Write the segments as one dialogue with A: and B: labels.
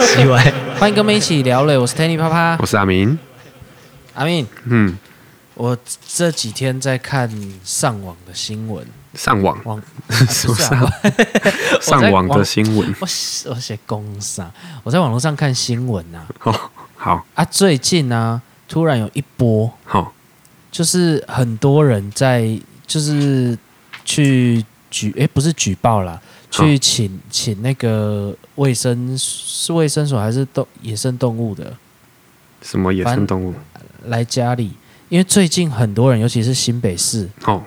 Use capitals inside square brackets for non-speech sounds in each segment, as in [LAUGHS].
A: 奇怪，
B: [LAUGHS] 欢迎跟我们一起聊嘞，我是 Tanny 啪啪
C: 我，是阿明，
B: 阿明，
C: 嗯，
B: 我这几天在看上网的新闻，
C: 上网
B: 网 [LAUGHS]
C: 什
B: 不
C: 么
B: 是
C: 上
B: 啊，我在
C: 上网的新闻
B: 我我写工商，我在网络上看新闻啊
C: 哦，好
B: 啊，最近呢、突然有一波，
C: 好，
B: 就是很多人在就是去举，诶，不是举报啦，去请请那个卫生是卫生所还是动野生动物的
C: 什么野生动物？
B: 来家里，因为最近很多人，尤其是新北市，
C: 哦，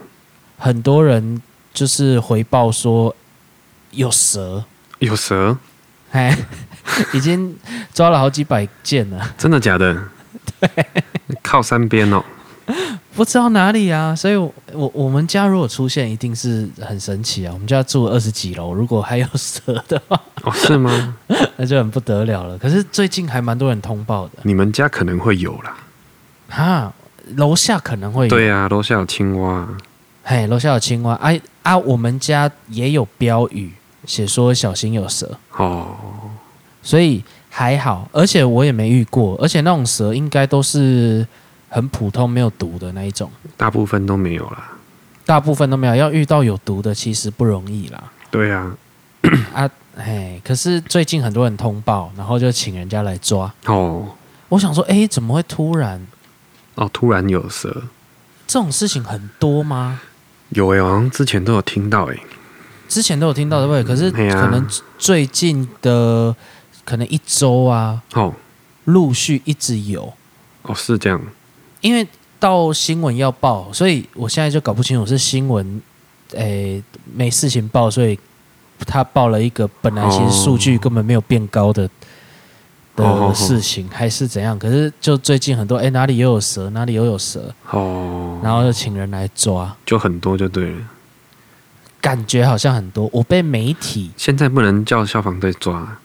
B: 很多人就是回报说有蛇，
C: 有蛇，
B: 哎， [LAUGHS] 已经抓了好几百件了，
C: 真的假的？对，靠山边哦，
B: 不知道哪里啊。所以我，我我们家如果出现，一定是很神奇啊。我们家住二十几楼，如果还有蛇的话， [LAUGHS]
C: 哦是吗？
B: 那就很不得了了。可是最近还蛮多人通报的
C: 你们家可能会有啦。
B: 哈，楼下可能会有，
C: 对啊，楼下有青蛙啊，
B: 嘿，楼下有青蛙，哎啊，我们家也有标语写说小心有蛇。
C: 哦，
B: 所以还好，而且我也没遇过，而且那种蛇应该都是很普通没有毒的那一种，
C: 大部分都没有啦。
B: 大部分都没有。要遇到有毒的其实不容易啦，
C: 对啊，
B: 啊，嘿，可是最近很多人通报，然后就请人家来抓。
C: 哦
B: 我想说，诶，怎么会突然
C: 哦，突然有蛇，
B: 这种事情很多吗？
C: 有欸诶，好像之前都有听到欸诶。
B: 之前都有听到对不对？可是
C: 嘿啊
B: 可能最近的可能一周啊，
C: 哦
B: 陆续一直有，
C: 哦，是这样，
B: 因为到新闻要报，所以我现在就搞不清楚是新闻，诶、没事情报，所以他报了一个本来其实数据根本没有变高的、
C: 哦
B: 的事情，还是怎样？可是就最近很多，诶、哪里又有蛇，哪里又有蛇，
C: 哦，
B: 然后就请人来抓，
C: 就很多就对了。
B: 感觉好像很多。我被媒体，
C: 现在不能叫消防队抓，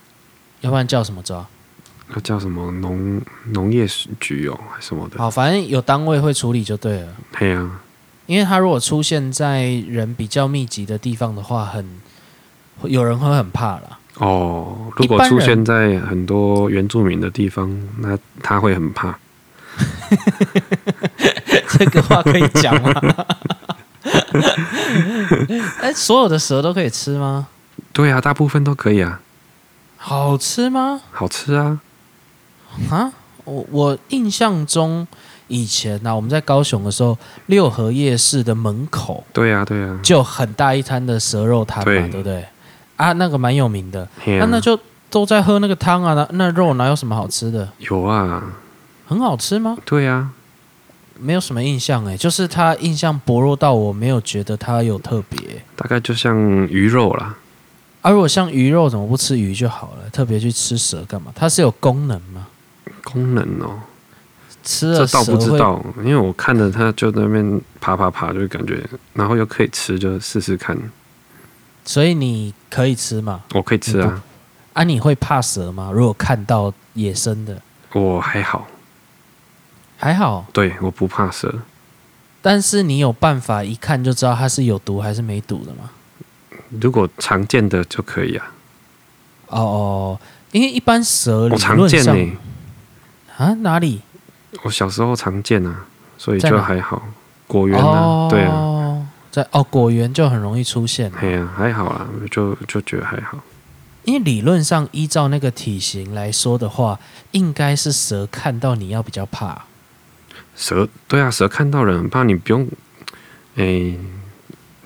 B: 要不然叫什么抓？
C: 要叫什么农农业局哦，还是什么的。
B: 好，反正有单位会处理就对了。
C: 嘿啊，
B: 因为它如果出现在人比较密集的地方的话，很会有人会很怕啦。
C: 哦，如
B: 一
C: 果
B: 般人
C: 出现在很多原住民的地方，那他会很怕。
B: 这个话可以讲吗？哎，所有的蛇都可以吃吗？
C: 对啊，大部分都可以啊，
B: 好吃吗？
C: 好吃啊。
B: 啊，我我印象中以前呢、啊，我们在高雄的时候，六合夜市的门口
C: 对啊，对啊，
B: 就很大一摊的蛇肉摊嘛，
C: 对
B: 对不对？啊，那个蛮有名的，
C: 嘿
B: 那、
C: 啊，
B: 那就都在喝那个汤啊，那那肉哪有什么好吃的？
C: 有啊，
B: 很好吃吗？
C: 对啊，
B: 没有什么印象哎、就是它印象薄弱到我没有觉得它有特别、
C: 大概就像鱼肉啦。
B: 啊，如果像鱼肉，怎么不吃鱼就好了？特别去吃蛇干嘛？它是有功能吗？
C: 功能哦，
B: 吃
C: 这
B: 了蛇
C: 倒
B: 会
C: 不知道，因为我看着它就在那边爬爬爬，就感觉，然后又可以吃，就试试看。
B: 所以你可以吃嘛？
C: 我可以吃啊，
B: 啊，你会怕蛇吗？如果看到野生的，
C: 我还好，
B: 还好，
C: 对，我不怕蛇，
B: 但是你有办法一看就知道它是有毒还是没毒的吗？
C: 如果常见的就可以啊。
B: 哦哦，因为一般蛇理
C: 我常
B: 论
C: 见呢、
B: 上、啊哪里？
C: 我小时候常见啊，所以
B: 在
C: 就
B: 哪
C: 还好。果园啊，
B: 哦，
C: 对啊，，
B: 在哦果园就很容易出现，
C: 哎呀、还好啦，就就觉得还好。
B: 因为理论上依照那个体型来说的话，应该是蛇看到你要比较怕。
C: 蛇，对啊，蛇看到人很怕，你不用，哎、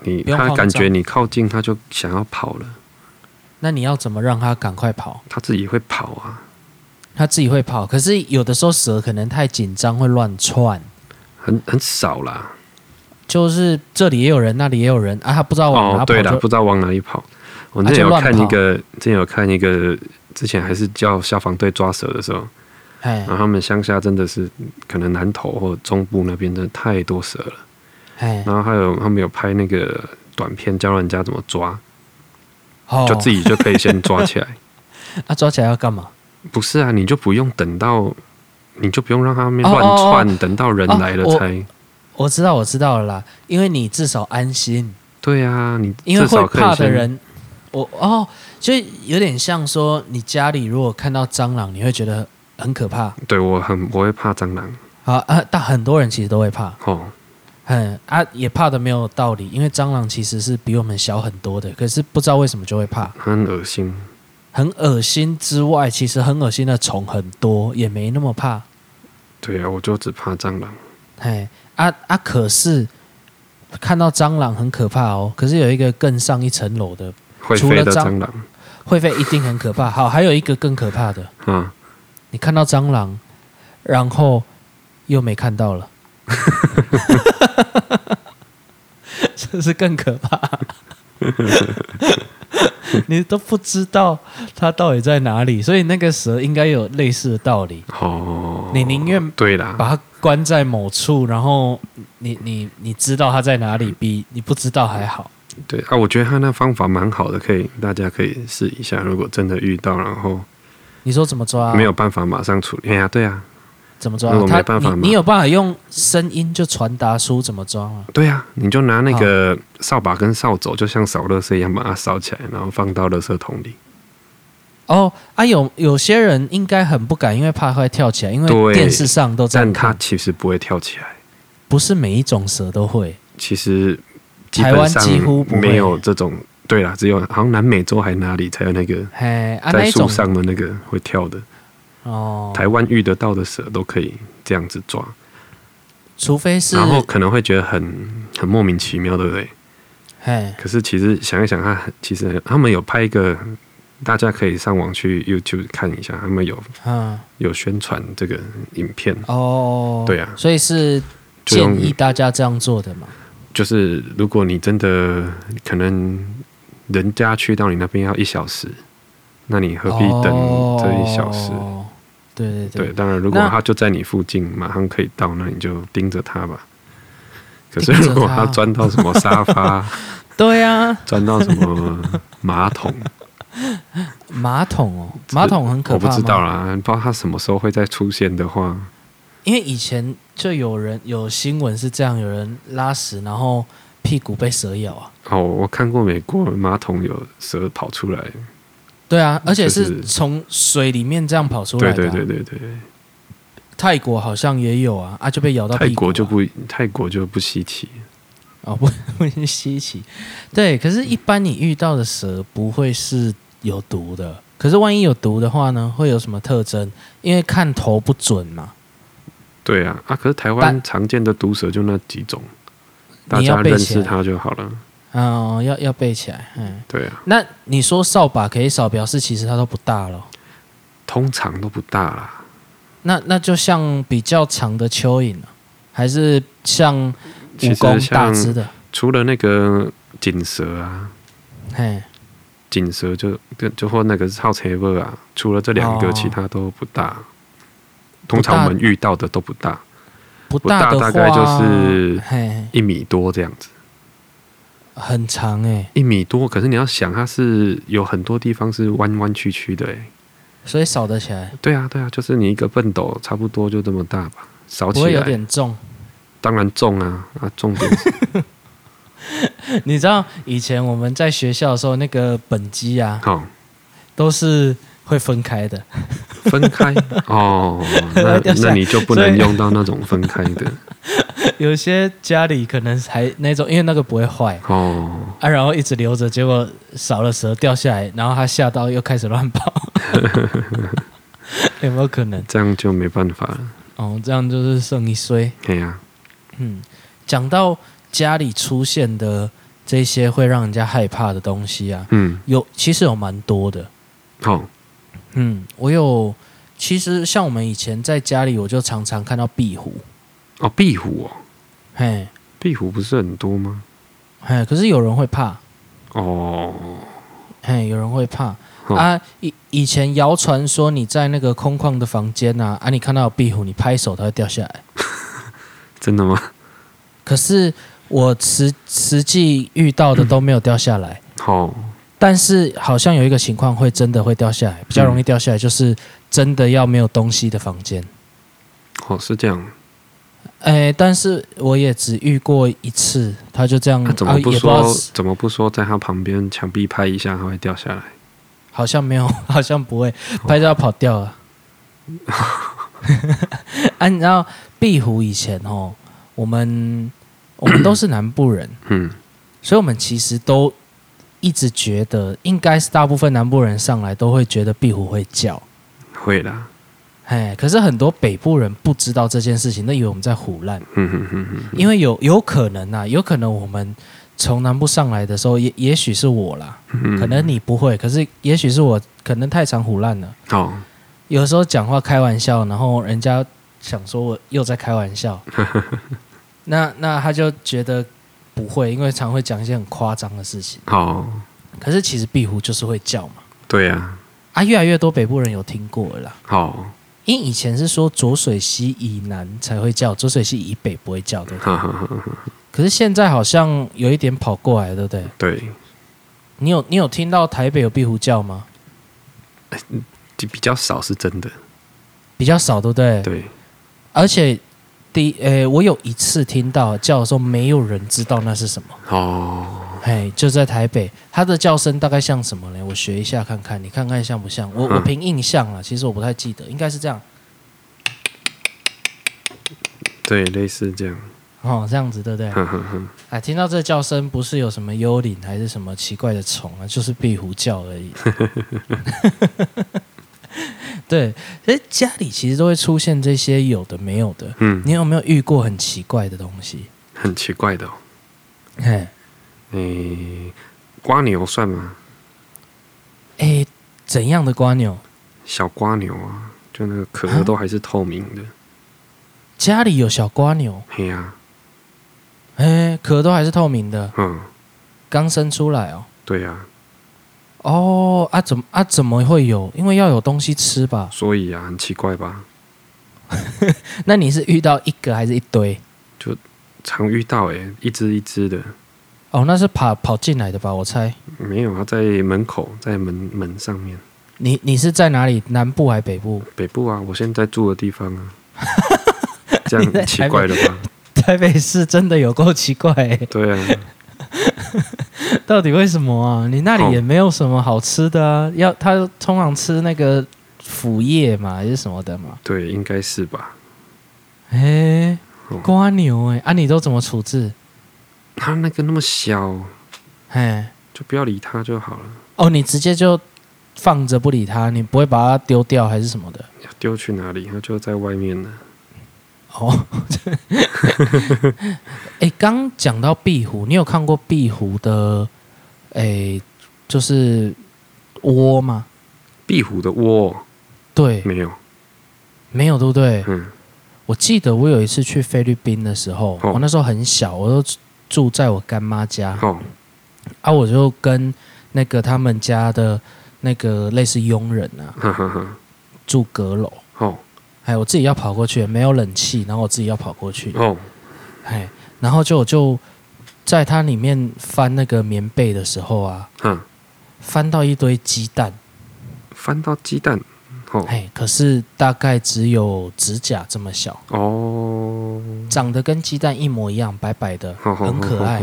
C: 你
B: 不用
C: 它
B: 慌
C: 感觉
B: 张
C: 你靠近，它就想要跑了，
B: 那你要怎么让它赶快跑？
C: 它自己会跑啊，
B: 它自己会跑，可是有的时候蛇可能太紧张会乱窜，
C: 很很少啦。
B: 就是这里也有人，那里也有人啊，它不知道往
C: 哦
B: 哪，跑
C: 对
B: 就、
C: 啦，不知道往哪里跑。我
B: 啊
C: 之前
B: 就
C: 有
B: 乱
C: 看一
B: 跑
C: 个，之前有看一个，之前还是叫消防队抓蛇的时候，
B: 哎
C: 然后他们乡下真的是可能南投或中部那边真的太多蛇了。
B: 哎，
C: 然后还有他们有拍那个短片，教人家怎么抓，
B: 哦
C: 就自己就可以先抓起
B: [LAUGHS]
C: 来。
B: 啊抓起来要干嘛？
C: 不是啊，你就不用等到，你就不用让他们乱窜，等到人来了
B: 哦
C: 才。
B: 我知道我知道了啦，因为你至少安心，
C: 对啊，你
B: 因为
C: 至
B: 会
C: 少可以
B: 怕的
C: 先
B: 人我哦，就有点像说，你家里如果看到蟑螂，你会觉得很可怕
C: 对我很我会怕蟑螂
B: 啊啊！但很多人其实都会怕，
C: 哦，
B: 很啊也怕的没有道理，因为蟑螂其实是比我们小很多的，可是不知道为什么就会怕，
C: 很恶心。
B: 很恶心之外，其实很恶心的虫很多，也没那么怕。
C: 对啊，我就只怕蟑螂。
B: 嘿啊啊！可是看到蟑螂很可怕哦，可是有一个更上一层楼的
C: 会
B: 除
C: 飞
B: 了
C: 的
B: 蟑
C: 蟑螂
B: 会飞一定很可怕。好，还有一个更可怕的，
C: 啊，
B: 你看到蟑螂，然后又没看到了， [LAUGHS] 这是更可怕。 [LAUGHS] 你都不知道它到底在哪里，所以那个蛇应该有类似的道理。
C: 哦，
B: 你啊宁愿
C: 对啦，
B: 把它关在某处，然后你你你知道它在哪
C: 嗯
B: 里，比你不知道还好。
C: 对啊，我觉得他那方法蛮好的，可以大家可以试一下。如果真的遇到，然后
B: 你说怎么抓？啊
C: 没有办法马上处理，哎呀、对啊，
B: 怎么抓
C: 如？果
B: 它
C: 没办法
B: 你
C: 吗
B: 你有办法用声音就传达出怎么抓吗？
C: 对啊，你就拿那个扫把跟扫帚，就像扫垃圾一样把它扫起来，然后放到垃圾桶里。
B: 哦啊，有有些人应该很不敢，因为怕会跳起来，因为
C: 对
B: 电视上都在
C: 但它
B: 看。
C: 其实不会跳起来，
B: 不是每一种蛇都会，
C: 其实基
B: 台湾
C: 本上
B: 几乎不会
C: 没有这种。对啦，只有好像南美洲还哪里才有那个
B: 嘿啊那
C: 在
B: 一
C: 树
B: 种
C: 上的那个会跳的，
B: 哦，
C: 台湾遇得到的蛇都可以这样子抓，
B: 除非是
C: 然后可能会觉得很很莫名其妙，对不对？
B: 嘿
C: 可是其实想一想，他很其实他们有拍一个，大家可以上网去 YouTube 看一下，他们有
B: 嗯
C: 有宣传这个影片，
B: 哦，
C: 对啊
B: 所以是
C: 就用
B: 建议大家这样做的嘛。
C: 就是如果你真的可能人家去到你那边要一小时，那你何必等这一小时？
B: 哦对对对，
C: 对，当然如果
B: 那
C: 他就在你附近，马上可以到，那你就盯着他吧。可是
B: 盯着
C: 如果
B: 他
C: 他钻到什么沙发，
B: 对啊，
C: [LAUGHS] 钻到什么马桶，
B: 马桶哦，马桶很 [LAUGHS] 可
C: 我
B: 怕
C: 不
B: 吗
C: 知道啦，不知道他什么时候会再出现的话。
B: 因为以前就有人有新闻是这样，有人拉屎然后屁股被蛇咬啊。
C: 哦，我看过美国马桶有蛇跑出来，
B: 对啊，而且
C: 就是
B: 是从水里面这样跑出来的
C: 对
B: 啊、
C: 对对对对，
B: 泰国好像也有啊，啊就被咬到
C: 泰
B: 屁股啊、
C: 国就不泰国就不稀奇，
B: 哦不 [LAUGHS] 不稀奇，对。可是，一般你遇到的蛇不会是有毒的，可是万一有毒的话呢，会有什么特征？因为看头不准嘛，
C: 对啊啊，可是台湾
B: 但
C: 常见的毒蛇就那几种，大
B: 你要
C: 家
B: 背
C: 认
B: 起
C: 识
B: 来，
C: 它就好了。
B: 嗯、要要背起来，嗯。
C: 对啊，
B: 那你说扫把可以扫，表示其实它都不大了。
C: 通常都不大啦，
B: 那那就像比较长的蚯蚓、啊，还是像
C: 其
B: 蜈
C: 实
B: 蚣大
C: 像
B: 只的，
C: 除了那个锦蛇啊，
B: 嘿，
C: 锦蛇就就就或那个是超车波啊，除了这两个，
B: 哦
C: 其他都不大。
B: 不大
C: 通常我们遇到的都不大，
B: 不
C: 不大
B: 的话，
C: 大概就是
B: 嘿，
C: 一米多这样子。
B: 很长哎、
C: 一米多，可是你要想，它是有很多地方是弯弯曲曲的、欸。
B: 所以扫得起来，
C: 对啊，对啊，就是你一个笨斗差不多就这么大吧，扫
B: 不
C: 起
B: 会有
C: 来，
B: 点重。 [LAUGHS]
C: 当然重啊啊，重点是
B: 你知道以前我们在学校的时候，那个本机啊，
C: 好、
B: 都是会分开的。 [LAUGHS]
C: 分开哦，那
B: 掉下来
C: 那你就不
B: 所
C: 能
B: 以
C: 用到那种分开的
B: 有些家里可能还那种，因为那个不会坏
C: 哦，
B: 啊，然后一直留着，结果少了蛇掉下来，然后它吓到又开始乱跑， [LAUGHS] 有没有可能？
C: 这样就没办法了。
B: 哦，这样就是剩一衰。
C: 哎呀、
B: 嗯，讲到家里出现的这些会让人家害怕的东西啊，
C: 嗯，
B: 有其实有蛮多的。
C: 好、
B: 嗯，我有，其实像我们以前在家里，我就常常看到壁虎，
C: 哦，壁虎哦，
B: 嘿，
C: 壁虎不是很多吗？
B: 嘿，可是有人会怕，
C: 哦，
B: 嘿，哎有人会怕、
C: 哦
B: 啊。以以前谣传说你在那个空旷的房间呐、啊，啊，你看到有壁虎，你拍手它会掉下来。
C: 真的吗？
B: 可是我实实际遇到的都没有掉下来。
C: 哦，
B: 但是好像有一个情况会真的会掉下来，比较容易掉
C: 嗯
B: 下来，就是真的要没有东西的房间。
C: 哦，是这样，
B: 哎，但是我也只遇过一次，他就这样，
C: 他怎么
B: 啊
C: 不
B: 也
C: 说？
B: 知道是
C: 怎么不说在他旁边墙壁拍一下，他会掉下来？
B: 好像没有， [LAUGHS] 好像不会，拍照跑掉了。 [LAUGHS] 啊，你知道壁虎以前哦，我们我们都是南部人，
C: 嗯，
B: 所以我们其实都一直觉得，应该是大部分南部人上来都会觉得壁虎会叫，
C: 会啦。
B: 哎，可是很多北部人不知道这件事情，那以为我们在胡乱，
C: 嗯哼哼哼，
B: 因为有有可能啊，有可能我们从南部上来的时候，也也许是我啦，
C: 嗯
B: 可能你不会，可是也许是我可能太常胡乱了，
C: 哦，
B: 有时候讲话开玩笑，然后人家想说我又在开玩笑，那那他就觉得不会，因为常会讲一些很夸张的事情。
C: 哦，
B: 可是其实壁虎就是会叫嘛，
C: 对呀、
B: 啊，越来越多北部人有听过了啦。
C: 啊，哦，
B: 因为以前是说浊水溪以南才会叫，浊水溪以北不会叫，
C: [LAUGHS]
B: 对不对？
C: [LAUGHS] 哈哈哈哈，
B: 可是现在好像有一点跑过来，对不对？
C: 对，
B: 你有你有听到台北有壁虎叫吗？
C: 就比较少是真的，
B: 比较少，对不对？
C: 对，
B: 而且第呃，我有一次听到叫的时候，没有人知道那是什么。
C: 哦，
B: 嘿，就在台北，它的叫声大概像什么呢？我学一下看看，你看看像不像？我我
C: 嗯
B: 凭印象啊，其实我不太记得，应该是这样
C: 对，类似这样，
B: 哦，这样子对不对？
C: 哼哼哼，
B: 哎，听到这叫声，不是有什么幽灵还是什么奇怪的虫啊，就是壁虎叫而
C: [LAUGHS]
B: 已。对，其实家里其实都会出现这些有的没有的。
C: 嗯，
B: 你有没有遇过很奇怪的东西？哎
C: 很奇怪的、哦，
B: 嘿，
C: 诶、瓜牛算吗？
B: 哎，怎样的瓜牛？
C: 小瓜牛啊，就那个壳都还是透明的，
B: 家里有小瓜牛，
C: 嘿呀、
B: 哎，壳都还是透明的，
C: 嗯，
B: 刚生出来哦。
C: 对呀、
B: 哦，啊怎么啊怎么会有？因为要有东西吃吧。
C: 所以啊，很奇怪吧？
B: 那你是遇到一个还是一堆？
C: 常遇到诶、一只一只的，
B: 哦，那是跑跑进来的吧？我猜。
C: 没有啊，在门口，在门门上面，
B: 你你是在哪里？南部还北部？
C: 北部啊，我现在住的地方啊，这
B: 你在
C: 样
B: 台
C: 奇
B: 北
C: 怪了吧？
B: [LAUGHS] 台北市真的有够奇怪、 [LAUGHS] 欸，
C: 对啊，
B: 到底为什么啊？你那里也没有什么好吃的啊，要他通常吃那个腐叶嘛，还是什么的嘛？
C: 对，应该是吧？
B: 哎、
C: 哦
B: 瓜牛哎、啊你都怎么处置？
C: 它那个那么小，
B: 哎，
C: 就不要理它就好了。
B: 哦，你直接就放着不理它，你不会把它丢掉还是什么的？
C: 要丢去哪里？它就在外面了。
B: [LAUGHS] 哦，哎，刚讲到壁虎，你有看过壁虎的，哎，就是窝吗？
C: 壁虎的窝
B: 对，
C: 没有，
B: 没有，对不对？
C: 嗯，
B: 我记得我有一次去菲律宾的时候，
C: 哦
B: 我那时候很小，我都住在我干妈家
C: 哦，
B: 啊，我就跟那个他们家的那个类似佣人啊
C: 哈哈哈，
B: 住阁楼，
C: 哦
B: 哎，我自己要跑过去，没有冷气，然后我自己要跑过去，
C: 哦，
B: 哎，然后就我就在它里面翻那个棉被的时候啊，
C: 哈，
B: 翻到一堆鸡蛋，
C: 翻到鸡蛋，哦
B: 哎，可是大概只有指甲这么小，
C: 哦，
B: 长得跟鸡蛋一模一样，白白的，
C: 哦
B: 很可爱。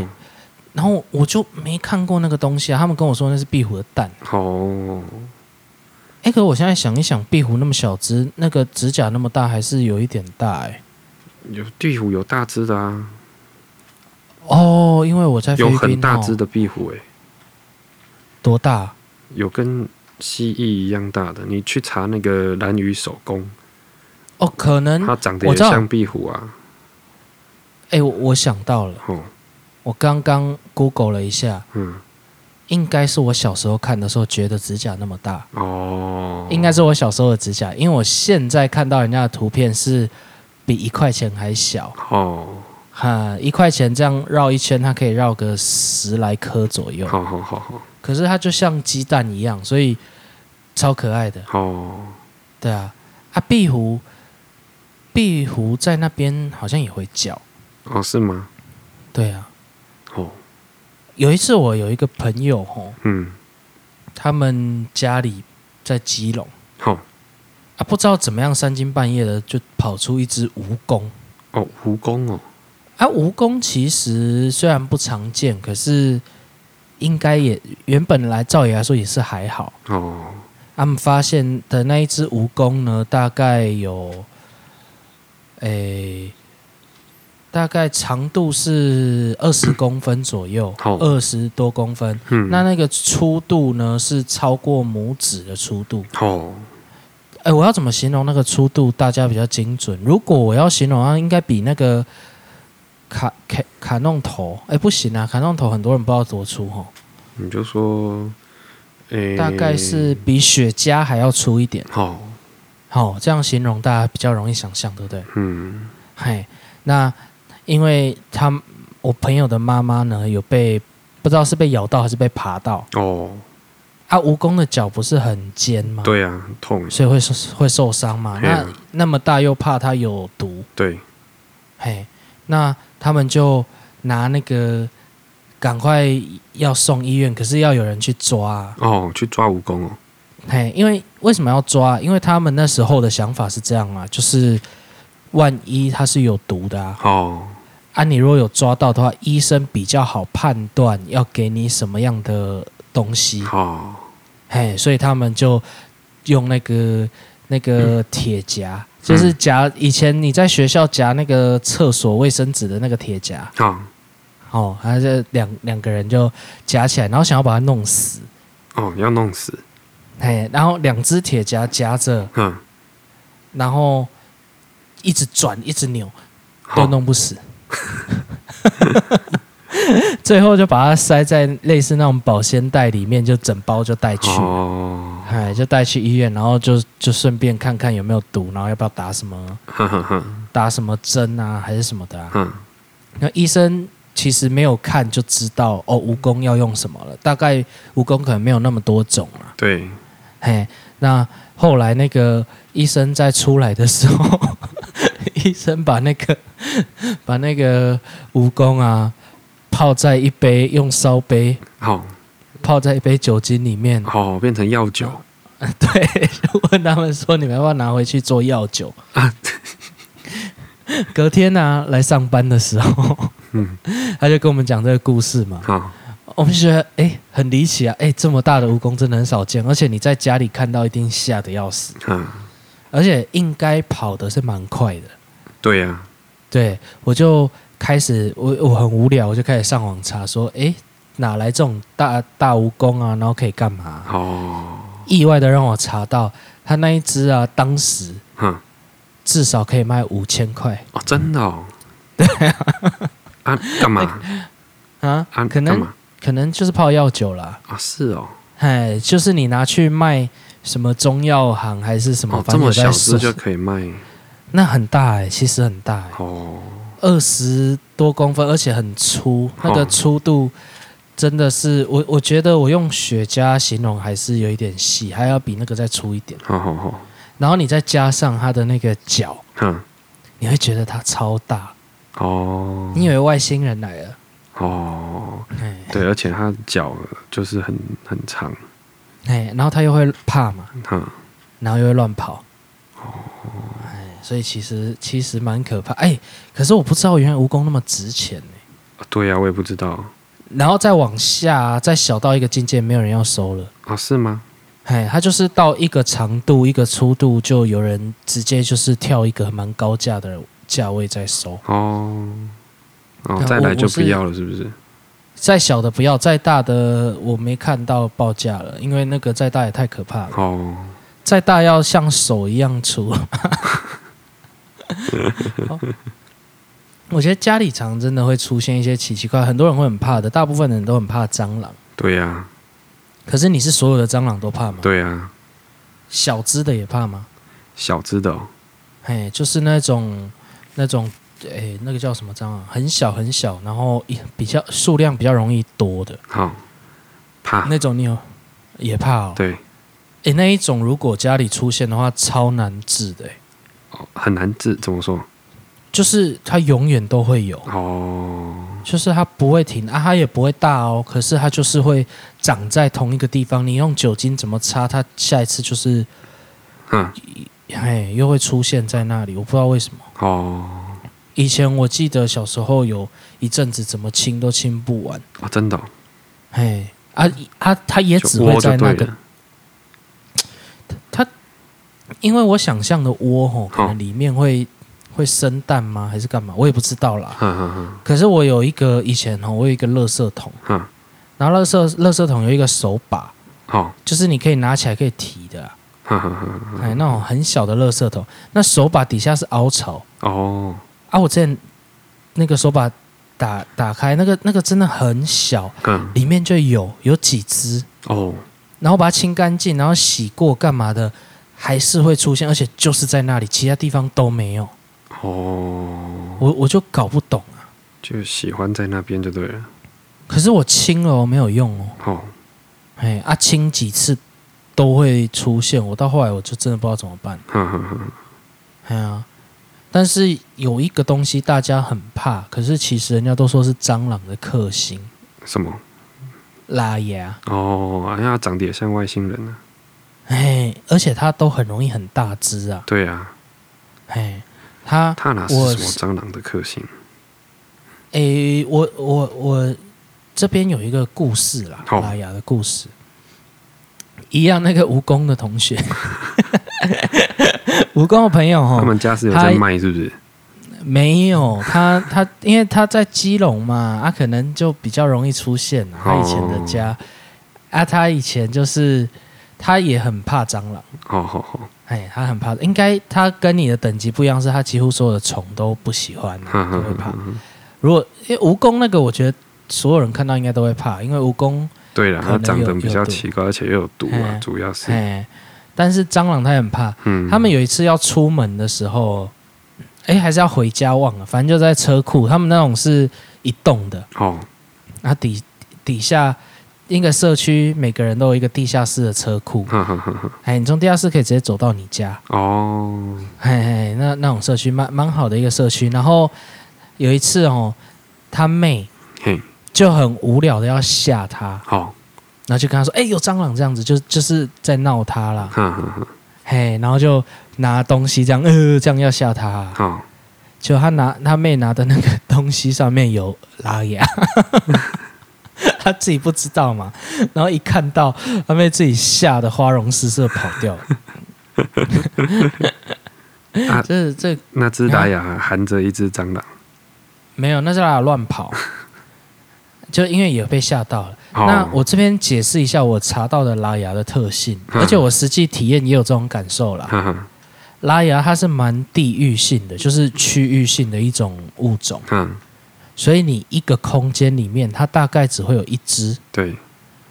B: 然后我就没看过那个东西啊，他们跟我说那是壁虎的蛋。
C: 哦，
B: 哎，可我现在想一想，壁虎那么小只，那个指甲那么大，还是有一点大哎。
C: 有壁虎有大只的啊，
B: 哦，因为我在菲
C: 有
B: 律
C: 很
B: 宾
C: 大
B: 哦
C: 只的壁虎诶、
B: 多大？
C: 有跟蜥蜴一样大的。你去查那个蓝鱼手工，
B: 哦，可能
C: 它长得
B: 我
C: 也
B: 知道
C: 像壁虎啊。
B: 哎，我我想到了，
C: 哦，
B: 我刚刚 Google 了一下，
C: 嗯，
B: 应该是我小时候看的时候觉得指甲那么大，
C: 哦，
B: 应该是我小时候的指甲，因为我现在看到人家的图片是比一块钱还小，
C: 哦，
B: 哈，一块钱这样绕一圈，它可以绕个十来颗左右。
C: 好好好好
B: 可是它就像鸡蛋一样，所以超可爱的。
C: 哦，
B: 对啊，啊，壁虎，壁虎在那边好像也会叫。
C: 哦是吗？
B: 对啊，
C: 哦，
B: 有一次我有一个朋友吼，
C: 嗯，
B: 他们家里在基隆
C: 好
B: 啊，不知道怎么样三更半夜的就跑出一只蜈蚣，
C: 哦，蜈蚣哦，
B: 啊，蜈蚣其实虽然不常见，可是应该也原本来照理来说也是还好。啊
C: 哦，
B: 他们发现的那一只蜈蚣呢，大概有，诶、大概长度是二十公分左右，
C: 好
B: 二十多公分。
C: 嗯，
B: 那那个粗度呢是超过拇指的粗度。
C: 哦，
B: 哎，我要怎么形容那个粗度？大家比较精准。如果我要形容啊，应该比那个卡卡卡弄头，哎，不行啊，卡弄头很多人不知道多粗哦，
C: 你就说，诶、
B: 大概是比雪茄还要粗一点。
C: 好，
B: 好、这样形容大家比较容易想象，对不对？
C: 嗯，
B: 嘿，那因为他我朋友的妈妈呢，有被不知道是被咬到还是被爬到
C: 哦，
B: 啊，蜈蚣的脚不是很尖吗？
C: 对啊，很痛，
B: 所以会受会受伤嘛。
C: 嘿
B: 那
C: 啊
B: 那么大又怕它有毒，
C: 对，
B: 嘿，那他们就拿那个赶快要送医院，可是要有人去抓啊、
C: 哦，去抓蜈蚣哦，
B: 嘿，因为为什么要抓？因为他们那时候的想法是这样嘛，就是万一它是有毒的啊，
C: 哦，
B: 啊，你如果有抓到的话，医生比较好判断要给你什么样的东西，
C: 好，
B: 嘿，所以他们就用那个那个铁夹，就是夹以前你在学校夹那个厕所卫生纸的那个铁夹，
C: 好，
B: 哦，他这两两个人就夹起来，然后想要把它弄死，
C: 哦，要弄死，
B: 嘿，然后两只铁夹夹着，
C: 嗯，
B: 然后一直转一直扭
C: 好
B: 都，弄不死。 [LAUGHS] 最后就把它塞在类似那种保鲜袋里面，就整包就带去。
C: 哦，
B: 哎，就带去医院，然后就就顺便看看有没有毒，然后要不要打什么
C: 哼哼哼，
B: 打什么针啊，还是什么的啊。
C: 哼，
B: 那医生其实没有看就知道哦，蜈蚣要用什么了。大概蜈蚣可能没有那么多种啊。
C: 对，
B: 嘿，那后来那个医生在出来的时候， [LAUGHS] 医生把那个 [LAUGHS] 把那个蜈蚣啊泡在一杯用烧杯
C: 好，
B: 泡在一杯酒精里面， [LAUGHS]
C: 好，变成药酒
B: 对，就问他们说你们要不要拿回去做药酒
C: 啊，
B: 隔天呢、来上班的时候，
C: 嗯
B: [LAUGHS] 他就跟我们讲这个故事嘛，
C: 好，
B: 我们就觉得哎、很离奇啊，哎、这么大的蜈蚣真的很少见，而且你在家里看到一定吓得要死，
C: 嗯，
B: 而且应该跑的是蛮快的。
C: 对啊呀、
B: 对我就开始我我很无聊，我就开始上网查说，哎、哪来这种大大蜈蚣啊？然后可以干嘛？
C: 哦，
B: 意外的让我查到，他那一只啊，当时
C: 哼，
B: 至少可以卖五千块
C: 哦，真
B: [LAUGHS]
C: 的哦，对啊，啊，干嘛啊？
B: 啊，可
C: 干
B: 能
C: 嘛
B: 可能就是泡药酒啦。
C: 啊？是哦，
B: 哎，就是你拿去卖什么中药行还是什么，
C: 哦，
B: 反
C: 这
B: 正
C: 么
B: 有在
C: 小只
B: 收
C: 就可以卖
B: 那很大哎、其实很大哎、
C: 哦，
B: 二十多公分，而且很粗，那个
C: 哦
B: 粗度真的是我我觉得我用雪茄形容还是有一点细，还要比那个再粗一点。
C: 好好好，
B: 然后你再加上它的那个脚，
C: 哼，
B: 你会觉得它超大，
C: 哦，
B: 你以为外星人来了？
C: 哦，
B: 哎
C: 对，而且它脚就是很很长，
B: 哎，然后它又会怕嘛，
C: 哼，
B: 然后又会乱跑。哎，所以其实其实蛮可怕。哎，可是我不知道原来蜈蚣那么值钱呢、
C: 啊对呀、我也不知道
B: 然后再往下、啊再小到一个境界，没有人要收了。
C: 啊，是吗？
B: 哎，它就是到一个长度、一个粗度，就有人直接就是跳一个蛮高价的价位在收。
C: 哦，哦
B: 那，
C: 再来
B: 我
C: 就
B: 我
C: 不
B: 是
C: 要了，是不是？
B: 再小的不要，再大的我没看到报价了，因为那个再大也太可怕了。
C: 哦，
B: 再大要像手一样粗。哦我觉得家里常真的会出现一些奇奇怪，很多人会很怕的，大部分人都很怕蟑螂。
C: 对呀、
B: 可是你是所有的蟑螂都怕吗？
C: 对呀、
B: 小只的也怕吗？
C: 小只的、哦，
B: 哎，就是那种那种哎，那个叫什么蟑螂，很小很小，然后也比较数量比较容易多的
C: 好，怕，
B: 那种，你有也怕哦。
C: 对，
B: 哎，那一种如果家里出现的话，超难治的，哎
C: 哦，很难治，怎么说？
B: 就是它永远都会有。
C: 哦，
B: 就是它不会停啊，它也不会大哦，可是它就是会长在同一个地方。你用酒精怎么擦，它下一次就是，
C: 哼，
B: 哎，又会出现在那里。我不知道为什么，
C: 哦，
B: 以前我记得小时候有一阵子怎么清都清不完，
C: 啊，真的哦、
B: 嘿，啊啊，它也只
C: 嗯就
B: 会
C: 窝
B: 在
C: 就
B: 那
C: 对
B: 个
C: 了。
B: 因为我想象的窝吼，可
C: 好
B: 能里面会会生蛋吗？还是干嘛？我也不知道啦。
C: 哈哈哈
B: 可是我有一个以前吼，我有一个垃圾桶，
C: 哈，
B: 然后垃圾垃圾桶有一个手把，
C: 好，
B: 就是你可以拿起来可以提的啊、
C: 哈哈哈，
B: 哎，那种很小的垃圾桶，那手把底下是凹槽
C: 哦，
B: 啊。我之前那个手把打打开，那个那个真的很小，
C: 嗯，
B: 里面就有有几只，
C: 哦，
B: 然后把它清干净，然后洗过干嘛的，还是会出现，而且就是在那里，其他地方都没有。
C: 哦，
B: 我我就搞不懂啊。
C: 就喜欢在那边就对了。
B: 可是我清了哦，没有用哦。
C: 哦，
B: 哎，啊，清几次都会出现，我到后来我就真的不知道怎么办。
C: 哈哈哈，
B: 哎呀、但是有一个东西大家很怕，可是其实人家都说是蟑螂的克星
C: 什么？
B: ——拉牙。
C: 哦，哎呀，长得也像外星人呢、啊。
B: 哎，而且它都很容易很大只啊。
C: 对啊，
B: 哎，它
C: 他哪是
B: 我
C: 什么
B: 是
C: 蟑螂的克星？
B: 诶，我我我这边有一个故事啦，
C: 好
B: 拉雅的故事，一样那个蜈蚣的同学， [LAUGHS] 蜈蚣的朋友
C: 他
B: 哈，
C: 们家是有在
B: 他
C: 卖，是不是？
B: 没有他他，因为他在基隆嘛，啊，可能就比较容易出现啊，他以前
C: 哦
B: 的家，啊，他以前就是他也很怕蟑螂，
C: 哦，好好，
B: 哎，他很怕，应该他跟你的等级不一样，是他几乎所有的虫都不喜欢、
C: 哈
B: 啊，
C: 哈
B: 都会怕
C: 哈。。哈
B: 如果因为蜈蚣那个，我觉得所有人看到应该都会怕，因为蜈蚣，
C: 对了，
B: 可
C: 它
B: 能
C: 长得
B: 有
C: 比较
B: 有毒
C: 奇怪，而且又有毒啊，
B: 嘿
C: 主要是，
B: 哎，但是蟑螂它也很怕。
C: 嗯，
B: 他们有一次要出门的时候，哎，还是要回家忘了，反正就在车库，他们那种是一栋的，
C: 哦，
B: 然后底底下一个社区，每个人都有一个地下室的车库，
C: 哈哈哈哈，
B: 哎，你从地下室可以直接走到你家，
C: 哦，
B: 嘿嘿，那那种社区蛮蛮好的一个社区。然后有一次哦，他妹
C: 嘿，哦
B: 就很无聊的要吓他，
C: 好，
B: 然后就跟他说：“哎、有蟑螂这样子，就就是在闹他啦，
C: 哈哈哈，
B: 嘿，然后就拿东西这样，呃，这样要吓他。
C: 好，
B: 就他拿他妹拿的那个东西上面有拉牙，他自己不知道嘛，然后一看到他妹自己吓得花容失色跑掉了。
C: 啊
B: [LAUGHS] 这这
C: 那只达雅含着一只蟑螂，
B: 没有，那是他乱
C: [LAUGHS]
B: 跑，就因为也被吓到了。
C: 哦
B: 那我这边解释一下我查到的拉牙的特性，
C: 嗯
B: 而且我实际体验也有这种感受啦。
C: 哈哈，
B: 拉牙它是蛮地域性的，就是区域性的一种物种，
C: 哈，
B: 所以你一个空间里面，它大概只会有一只。
C: 对，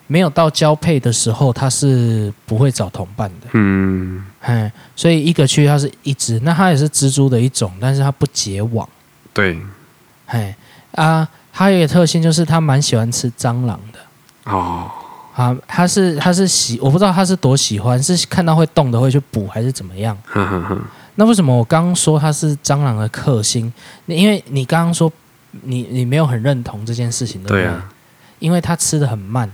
B: 没有到交配的时候，它是不会找同伴的。
C: 嗯，
B: 嗯，所以一个区域它是一只，那它也是蜘蛛的一种，但是它不结网。
C: 对，
B: 嘿啊，它有一个特性就是它蛮喜欢吃蟑螂的。
C: 哦，
B: 啊，它是它是喜，我不知道它是多喜欢，是看到会动的会去捕，还是怎么样？
C: 哈哈哈，
B: 那为什么我刚刚说它是蟑螂的克星？你因为你刚刚说你你没有很认同这件事情，对不对？
C: 对啊，
B: 因为它吃的很慢，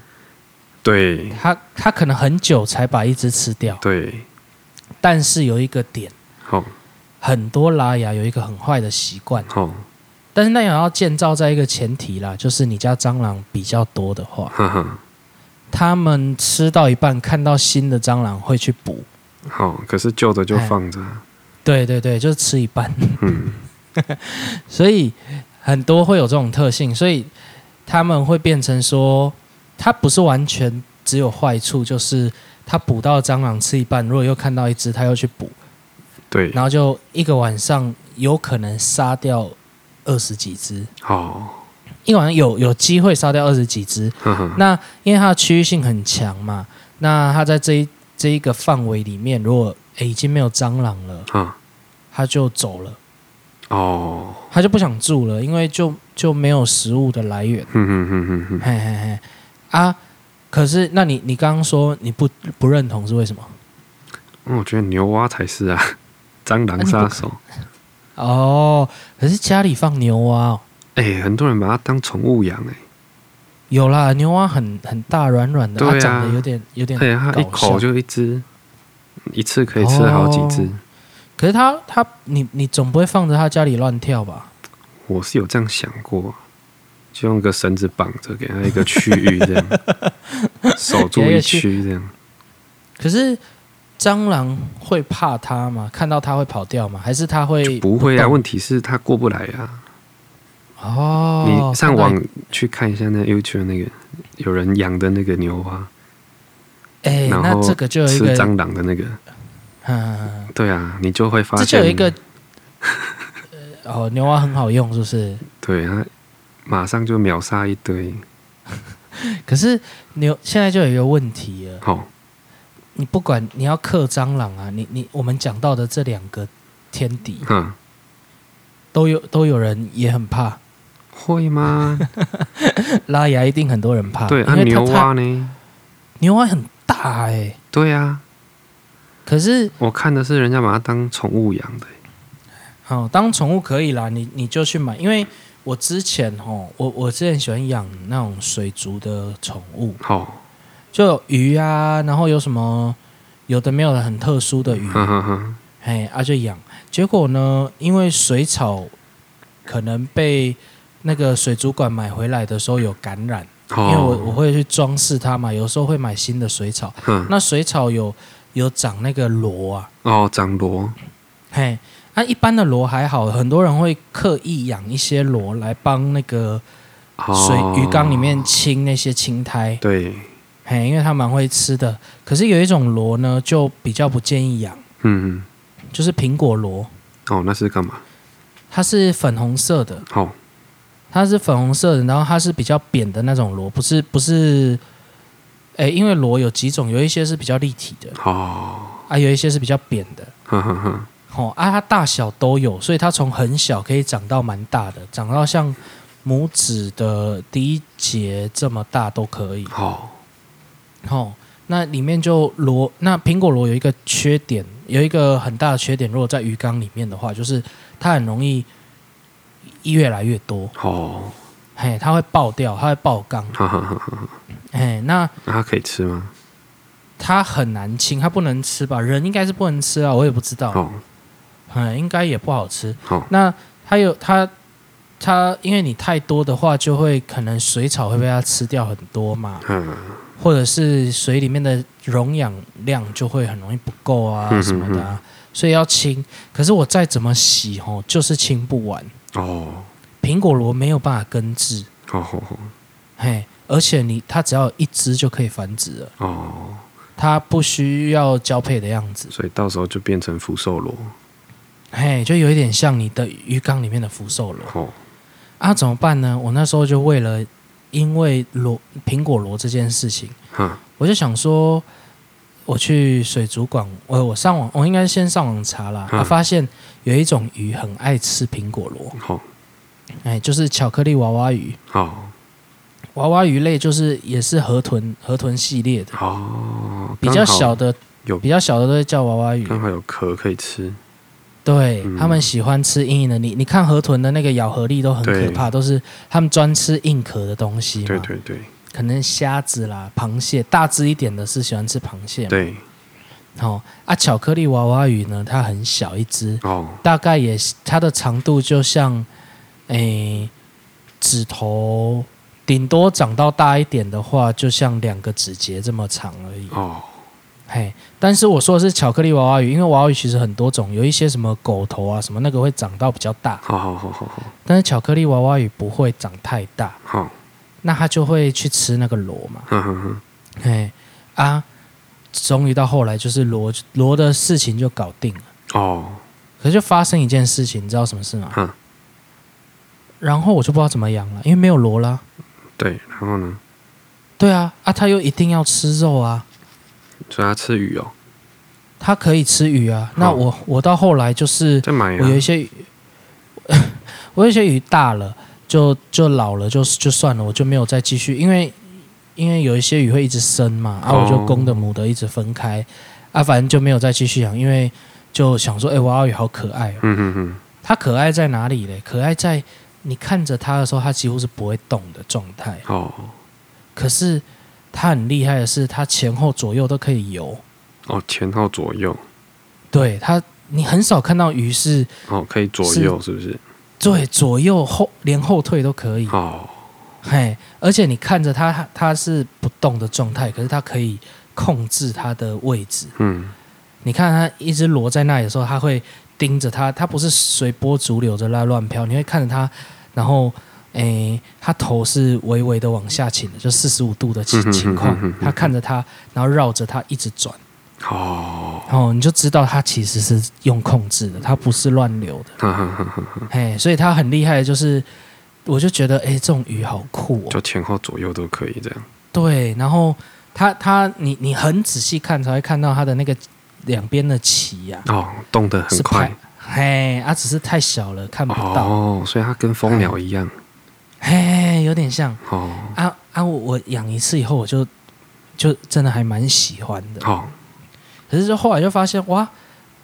C: 对，
B: 它它可能很久才把一只吃掉。
C: 对，哦
B: 但是有一个点，
C: 好，
B: 很多拉牙有一个很坏的习惯，
C: 好，
B: 但是那也要建造在一个前提啦，就是你家蟑螂比较多的话，
C: 哈哈，
B: 它们吃到一半看到新的蟑螂会去捕。
C: 好，可是旧的就
B: 哎
C: 放着，啊
B: 对对对，就是吃一半。
C: 嗯，
B: 所以很多会有这种特性，所以他们会变成说，它不是完全只有坏处，就是它捕到蟑螂吃一半，如果又看到一只，它又去捕，
C: 对，
B: 然后就一个晚上有可能杀掉二十几只，
C: 好，
B: 一个晚上有有机会杀掉二十几只。
C: 哈哈，
B: 那因为它的区域性很强嘛，那它在这一这一个范围里面，如果欸诶已经没有蟑螂了，
C: 哈，
B: 它就走了。
C: 哦，
B: 他就不想住了，因为就就没有食物的来源。
C: 哼哼哼哼哼。
B: 嘿嘿嘿，啊，可是那你你刚刚说你不不认同是为什么？
C: 嗯，我觉得牛蛙才是啊，蟑螂杀手。
B: 哦，可是家里放牛蛙、哦，
C: 哎、很多人把它当宠物养哎、
B: 有啦，牛蛙很很大软软的，
C: 对啊
B: 它长得有点有点
C: 而，啊且它一
B: 嗯搞笑哦
C: 口就一只，一次可以吃好几只。
B: 可是它它你你总不会放着它家里乱跳吧？
C: 我是有这样想过，就用个绳子绑着，给它一个区域
B: [LAUGHS]
C: 这样，守住一区这样。
B: 可是蟑螂会怕它吗？看到它会跑掉吗？还是它会
C: 不会啊？
B: 动
C: 问题是它过不来啊。
B: 哦，
C: 你上
B: 看
C: 网
B: 到
C: 去看一下那 YouTube 那个有人养的那个牛蛙，
B: 哎，
C: 然
B: 那
C: 后
B: 这个就有一
C: 吃
B: 个，
C: 蟑螂的那个，
B: 嗯，
C: 对啊，你就会发
B: 这
C: 现
B: 就有一个， [LAUGHS] 呃哦，牛蛙很好用，是不是？
C: 对啊，马上就秒杀一堆。
B: 可是牛现在就有一个问题了，
C: 好、
B: 你不管你要克蟑螂啊，你你我们讲到的这两个天敌
C: 嗯，
B: 都有都有人也很
C: [LAUGHS]
B: 怕，[LAUGHS]
C: 会吗？
B: 拉牙一定很多人怕，
C: 对，
B: 因
C: 啊，
B: 为它
C: 牛
B: 太
C: 蛙呢？
B: 牛蛙很大哎、
C: 对啊，
B: 可是
C: 我看的是人家把它当宠物养的、
B: 哦，当宠物可以啦，你你就去买，因为我之前哦，我我之前喜欢养那种水族的宠物，
C: 好、
B: 就有鱼啊，然后有什么有的没有的很特殊的鱼，
C: 哈哈哈，
B: 哎啊就养，结果呢，因为水草可能被那个水族馆买回来的时候有感染，因为我我
C: 哦，
B: 会去装饰它嘛，有时候会买新的水草，
C: 嗯，
B: 那水草有有长那个螺啊，
C: 哦，长螺，
B: 嘿，那、一般的螺还好，很多人会刻意养一些螺来帮那个水、
C: 哦
B: 鱼缸里面清那些青苔，
C: 对，
B: 嘿，因为它蛮会吃的。可是有一种螺呢，就比较不建议养，
C: 嗯，
B: 就是苹果螺，
C: 哦，那是干嘛？
B: 它是粉红色的，
C: 哦，
B: 它是粉红色的，然后它是比较扁的那种螺，不是不是。诶，因为螺有几种，有一些是比较立体的，
C: 哦，
B: 啊，有一些是比较扁的。
C: 哈哈哈，
B: 哦啊，它大小都有，所以它从很小可以长到蛮大的，长到像拇指的第一节这么大都可以。
C: 哦，
B: 哦，那里面就螺，那苹果螺有一个缺点，有一个很大的缺点，如果在鱼缸里面的话，就是它很容易越来越多，
C: 哦，
B: 嘿，它会爆掉，它会爆缸，
C: 哈哈哈哈，
B: 嘿，那
C: 那它可以吃吗？
B: 它很难清，它不能吃吧？人应该是不能吃啊，我也不知道。
C: 哦，
B: 嗯，应该也不好吃。
C: 好
B: 那它有它它，因为你太多的话，就会可能水草会被它吃掉很多嘛，
C: 嗯，
B: 或者是水里面的溶氧量就会很容易不够啊
C: 嗯
B: 什么的啊，所以要清。可是我再怎么洗哦，就是清不完。
C: 哦，
B: 苹果螺没有办法根治，
C: 哦，哦，
B: 嘿，而且你它只要有一只就可以繁殖了，
C: 哦，
B: 它不需要交配的样子，
C: 所以到时候就变成福寿螺，
B: 嘿，哎就有一点像你的鱼缸里面的福寿螺。
C: 哦，
B: 啊，怎么办呢？我那时候就为了因为螺苹果螺这件事情，
C: 哈，
B: 我就想说，我去水族馆，我我上网，我应该先上网查啦，
C: 嗯
B: 啊，发现有一种鱼很爱吃苹果螺，
C: 好，
B: 哎，就是巧克力娃娃鱼，
C: 好，
B: 娃娃鱼类就是也是河豚河豚系列的，
C: 哦，
B: 比较小的
C: 有
B: 比较小的都会叫娃娃鱼，
C: 刚好，刚好有壳可以吃，
B: 对、
C: 嗯
B: 他们喜欢吃硬硬的，你你看河豚的那个咬合力都很可
C: 对
B: 怕，都是他们专吃硬壳的东西嘛，
C: 对对对
B: 可能虾子啦、螃蟹，大只一点的是喜欢吃螃蟹嘛。
C: 对，
B: 哦啊，巧克力娃娃鱼呢，它很小一只，
C: 哦，
B: 大概也是它的长度就像，诶，指头，顶多长到大一点的话，就像两个指节这么长而已。
C: 哦，
B: 嘿，但是我说的是巧克力娃娃鱼，因为娃娃鱼其实很多种，有一些什么狗头啊什么那个会长到比较大，
C: 好好好好好，
B: 但是巧克力娃娃鱼不会长太大，
C: 好，
B: 那它就会去吃那个螺嘛。
C: 哈哈哈，
B: 哎啊，终于到后来就是罗罗的事情就搞定了，
C: 哦，
B: 可是就发生一件事情，你知道什么事吗？
C: 嗯
B: 然后我就不知道怎么养了，因为没有罗啦。
C: 对，然后呢？
B: 对啊，啊，它又一定要吃肉啊，
C: 所以它吃鱼哦，
B: 它可以吃鱼啊。那
C: 好
B: 我、我到后来就是
C: 再买
B: 我有一
C: 啊，
B: 些 [LAUGHS] 鱼，我有一些鱼大了就就老了就就算了，我就没有再继续，因为因为有一些鱼会一直生嘛，啊，我就
C: 哦
B: 公的母的一直分开，啊，反正就没有再继续养，因为就想说，哎、娃娃鱼好可爱哦、
C: 嗯哼哼，
B: 它可爱在哪里嘞？可爱在你看着它的时候，它几乎是不会动的状态，
C: 哦
B: 可是它很厉害的是，它前后左右都可以游，
C: 哦，前后左右，
B: 对它，你很少看到鱼是
C: 哦，可以左右是不是？
B: 对，左右后连后退都可以，
C: 哦，
B: 嘿，而且你看着它，它是不动的状态，可是它可以控制它的位置。
C: 嗯，
B: 你看它一直裸在那里的时候，它会盯着它，它不是随波逐流着在乱飘，你会看着它，然后诶，它头是微微的往下倾的，就四十五度的情
C: 嗯哼
B: 情况
C: 嗯哼嗯，哼
B: 它看着它，然后绕着它一直转，
C: 哦，
B: 然后你就知道它其实是用控制的，它不是乱流的，
C: 哈哈哈哈哈，
B: 嘿，所以它很厉害，就是我就觉得诶，这种鱼好酷哦，
C: 就前后左右都可以这样，
B: 对，然后它它你你很仔细看才会看到它的那个两边的鳍呀、
C: 哦，动得很
B: 是
C: 快
B: 拍，，嘿，啊，只是太小了看不到，
C: 哦，所以它跟蜂鸟一样，
B: 嘿，有点像
C: 哦，
B: 啊啊，我我养一次以后我就就真的还蛮喜欢的，
C: 哦，
B: 可是就后来就发现哇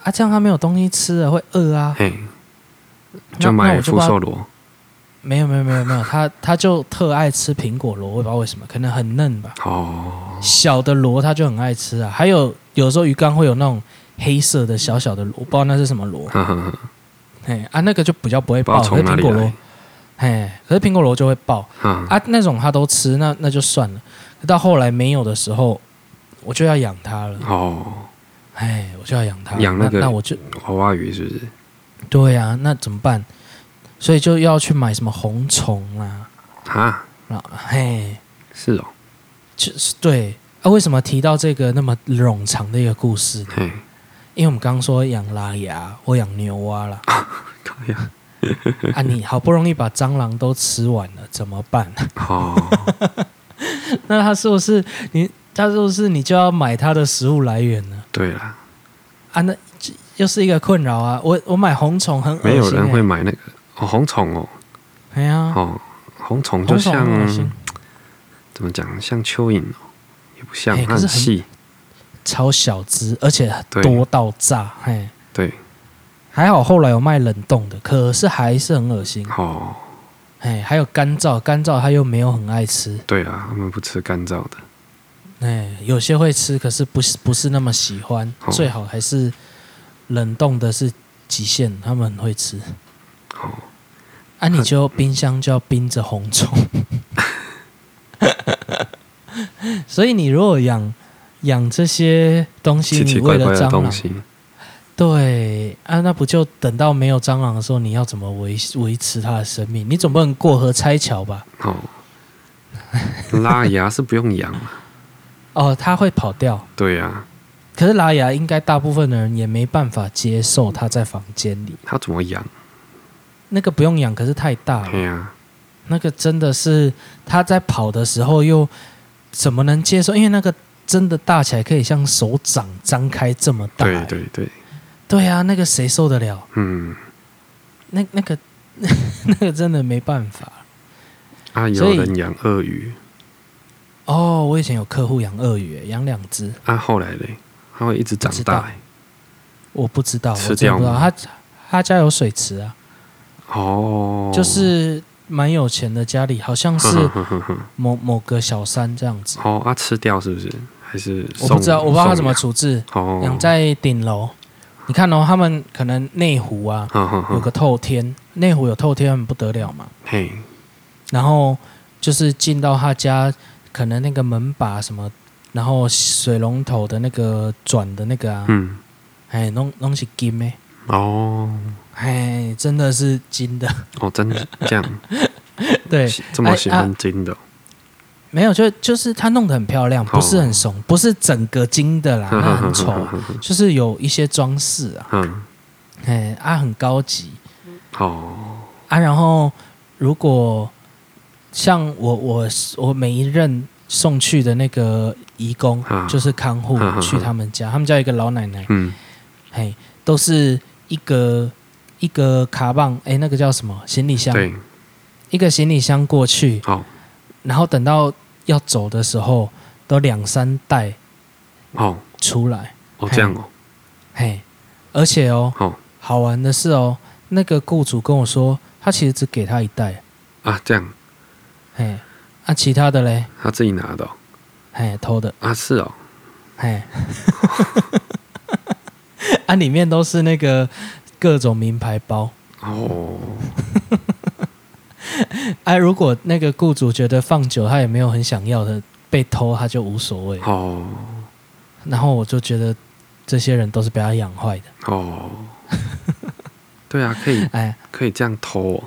B: 啊，这样它没有东西吃了会饿啊，
C: 嘿，
B: 那
C: 就
B: 那
C: 买
B: 我就
C: 福
B: 把它
C: 寿螺，
B: 没有没有没有没有，它它就特爱吃苹果螺，我也不知道为什么，可能很嫩吧，
C: 哦， [LAUGHS]
B: 小的螺它就很爱吃啊，还有有时候鱼缸会有那种黑色的小小的螺，我不知道那是什么螺。
C: 哈哈哈，
B: 嘿啊，那个就比较不会
C: 不知
B: 爆，
C: 道
B: 可是
C: 从哪
B: 苹
C: 里
B: 果螺
C: 来，，
B: 嘿，可是苹果螺就会爆
C: 哈，
B: 啊，那种它都吃，那那就算了。到后来没有的时候，我就要养它了，
C: 哦，
B: 哎，我就要养它。
C: 养那
B: 那
C: 个
B: 那我就
C: 娃娃鱼是不是？
B: 对啊，那怎么办？所以就要去买什么红虫啊，
C: 哈，
B: 然后嘿，
C: 是哦，
B: 就是对啊。为什么提到这个那么冗长的一个故事呢？
C: 嘿，
B: 因为我们刚刚说养拉牙或养牛蛙啦，
C: 可以啊，
B: 啊，你好不容易把蟑螂都吃完了，怎么办？
C: 哦，
B: 那他是不是你？他是不是你就要买他的食物来源呢？
C: 对
B: [LAUGHS]
C: 啦，
B: 啊，那这又是一个困扰啊！我我买红虫很恶心、欸，
C: 没有人会。买那个
B: 欸
C: 哦红虫哦，
B: 哎呀，
C: 哦，红虫就
B: 红虫
C: 像
B: 很恶心，
C: 怎么讲，像蚯蚓哦，也不像，
B: 哎
C: 它
B: 可是很
C: 细，
B: 超小只，而且
C: 对
B: 多到炸。嘿，
C: 对，
B: 还好后来有卖冷冻的，可是还是很恶心。
C: 哦，
B: 哎，还有干燥，干燥他又没有很爱吃。
C: 对啊，他们不吃干燥的，
B: 哎，有些会吃，可是不是不是那么喜欢。
C: 哦
B: 最好还是冷冻的是极限，他们很会吃。
C: 哦，
B: 啊，你就冰箱就要冰着红
C: [LAUGHS]
B: 虫。所以你如果养养这些东西，
C: 奇奇
B: 你为
C: 怪怪
B: 了
C: 的
B: 蟑
C: 东
B: 螂，
C: 西，
B: 对啊，那不就等到没有蟑螂的时候，你要怎么维维持它的生命？你总不能过河拆桥吧？
C: 哦，拉牙是不用养啊嘛，
B: 哦，它会跑掉。
C: 对啊，
B: 可是拉牙应该大部分的人也没办法接受它在房间里，
C: 它怎么养？啊
B: 那个不用养，可是太大了
C: 对。呀，
B: 那个真的是他在跑的时候又怎么能接受？因为那个真的大起来可以像手掌张开这么大、
C: 对
B: 欸
C: 对对，
B: 对啊，那个谁受得了？
C: 嗯，
B: 那那个 [LAUGHS] 那个真的没办法
C: 啊，
B: 所
C: 有
B: 以
C: 人养鳄鱼，
B: 哦。我以前有客户养鳄鱼欸、养两只，
C: 啊，后来嘞，它会一直长
B: 不知道
C: 大，欸
B: 我不知道，
C: 吃
B: 我真的不知道
C: 掉吗
B: 他他家有水池啊，
C: 哦，
B: 就是蛮有钱的家里，好像是
C: 哼哼哼哼哼
B: 某某个小山这样子，
C: [LAUGHS] 哦，啊，吃掉是不是？还是
B: 我不知道，
C: 送
B: 我不知道他怎么
C: 送
B: 处置，
C: 养哦，
B: 养
C: [LAUGHS]
B: 在顶楼。你看哦，他们可能内湖啊，
C: 哼哼
B: 有
C: 哼
B: 个透天，内湖有透天很不得了嘛。
C: 哦嘿，
B: 然后就是进到他家，可能那个门把什么，然后水龙头的那个转的那个啊，
C: 嗯，
B: 哎、弄弄是金的，
C: 哦，
B: 哎，真的是金的。
C: [LAUGHS] 哦，真的这样，
B: 对，
C: 喜这么喜欢金的哦，
B: 没有，就就是他弄得很漂亮，
C: 哦
B: 不是很怂，不是整个金
C: [LAUGHS]
B: 的啦，
C: 哼
B: 那
C: 哼
B: 哎啊很
C: 哼
B: 丑
C: 哼，哼哼
B: 就是有一些装饰啊，
C: 嗯，
B: 哎，啊，很高级。
C: 哦，
B: 啊，然后如果像我我我每一任送去的那个义工，
C: 啊
B: 就是看护
C: 啊啊啊
B: 去他们家，他们家有一个老奶奶，
C: 嗯，
B: 嘿，都是一个一个卡棒，哎，那个叫什么行李箱，
C: 对，
B: 一个行李箱过去，
C: 哦，
B: 然后等到要走的时候，都两三袋
C: 哦，
B: 出来，
C: 哦，这样哦，
B: 嘿，而且哦，
C: 哦，
B: 好玩的是哦，那个雇主跟我说，他其实只给他一袋，
C: 啊，这样，
B: 嘿，啊，其他的嘞，
C: 他自己拿的哦，
B: 嘿，偷的。
C: 啊，是哦，
B: [LAUGHS] 哎，啊，里面都是那个各种名牌包，
C: 哦，
B: 哎、如果那个雇主觉得放久他也没有很想要的，被偷他就无所谓。
C: 哦，
B: 然后我就觉得这些人都是被他养坏的。
C: 哦，对啊，可以
B: 哎，
C: 可以这样偷、哦，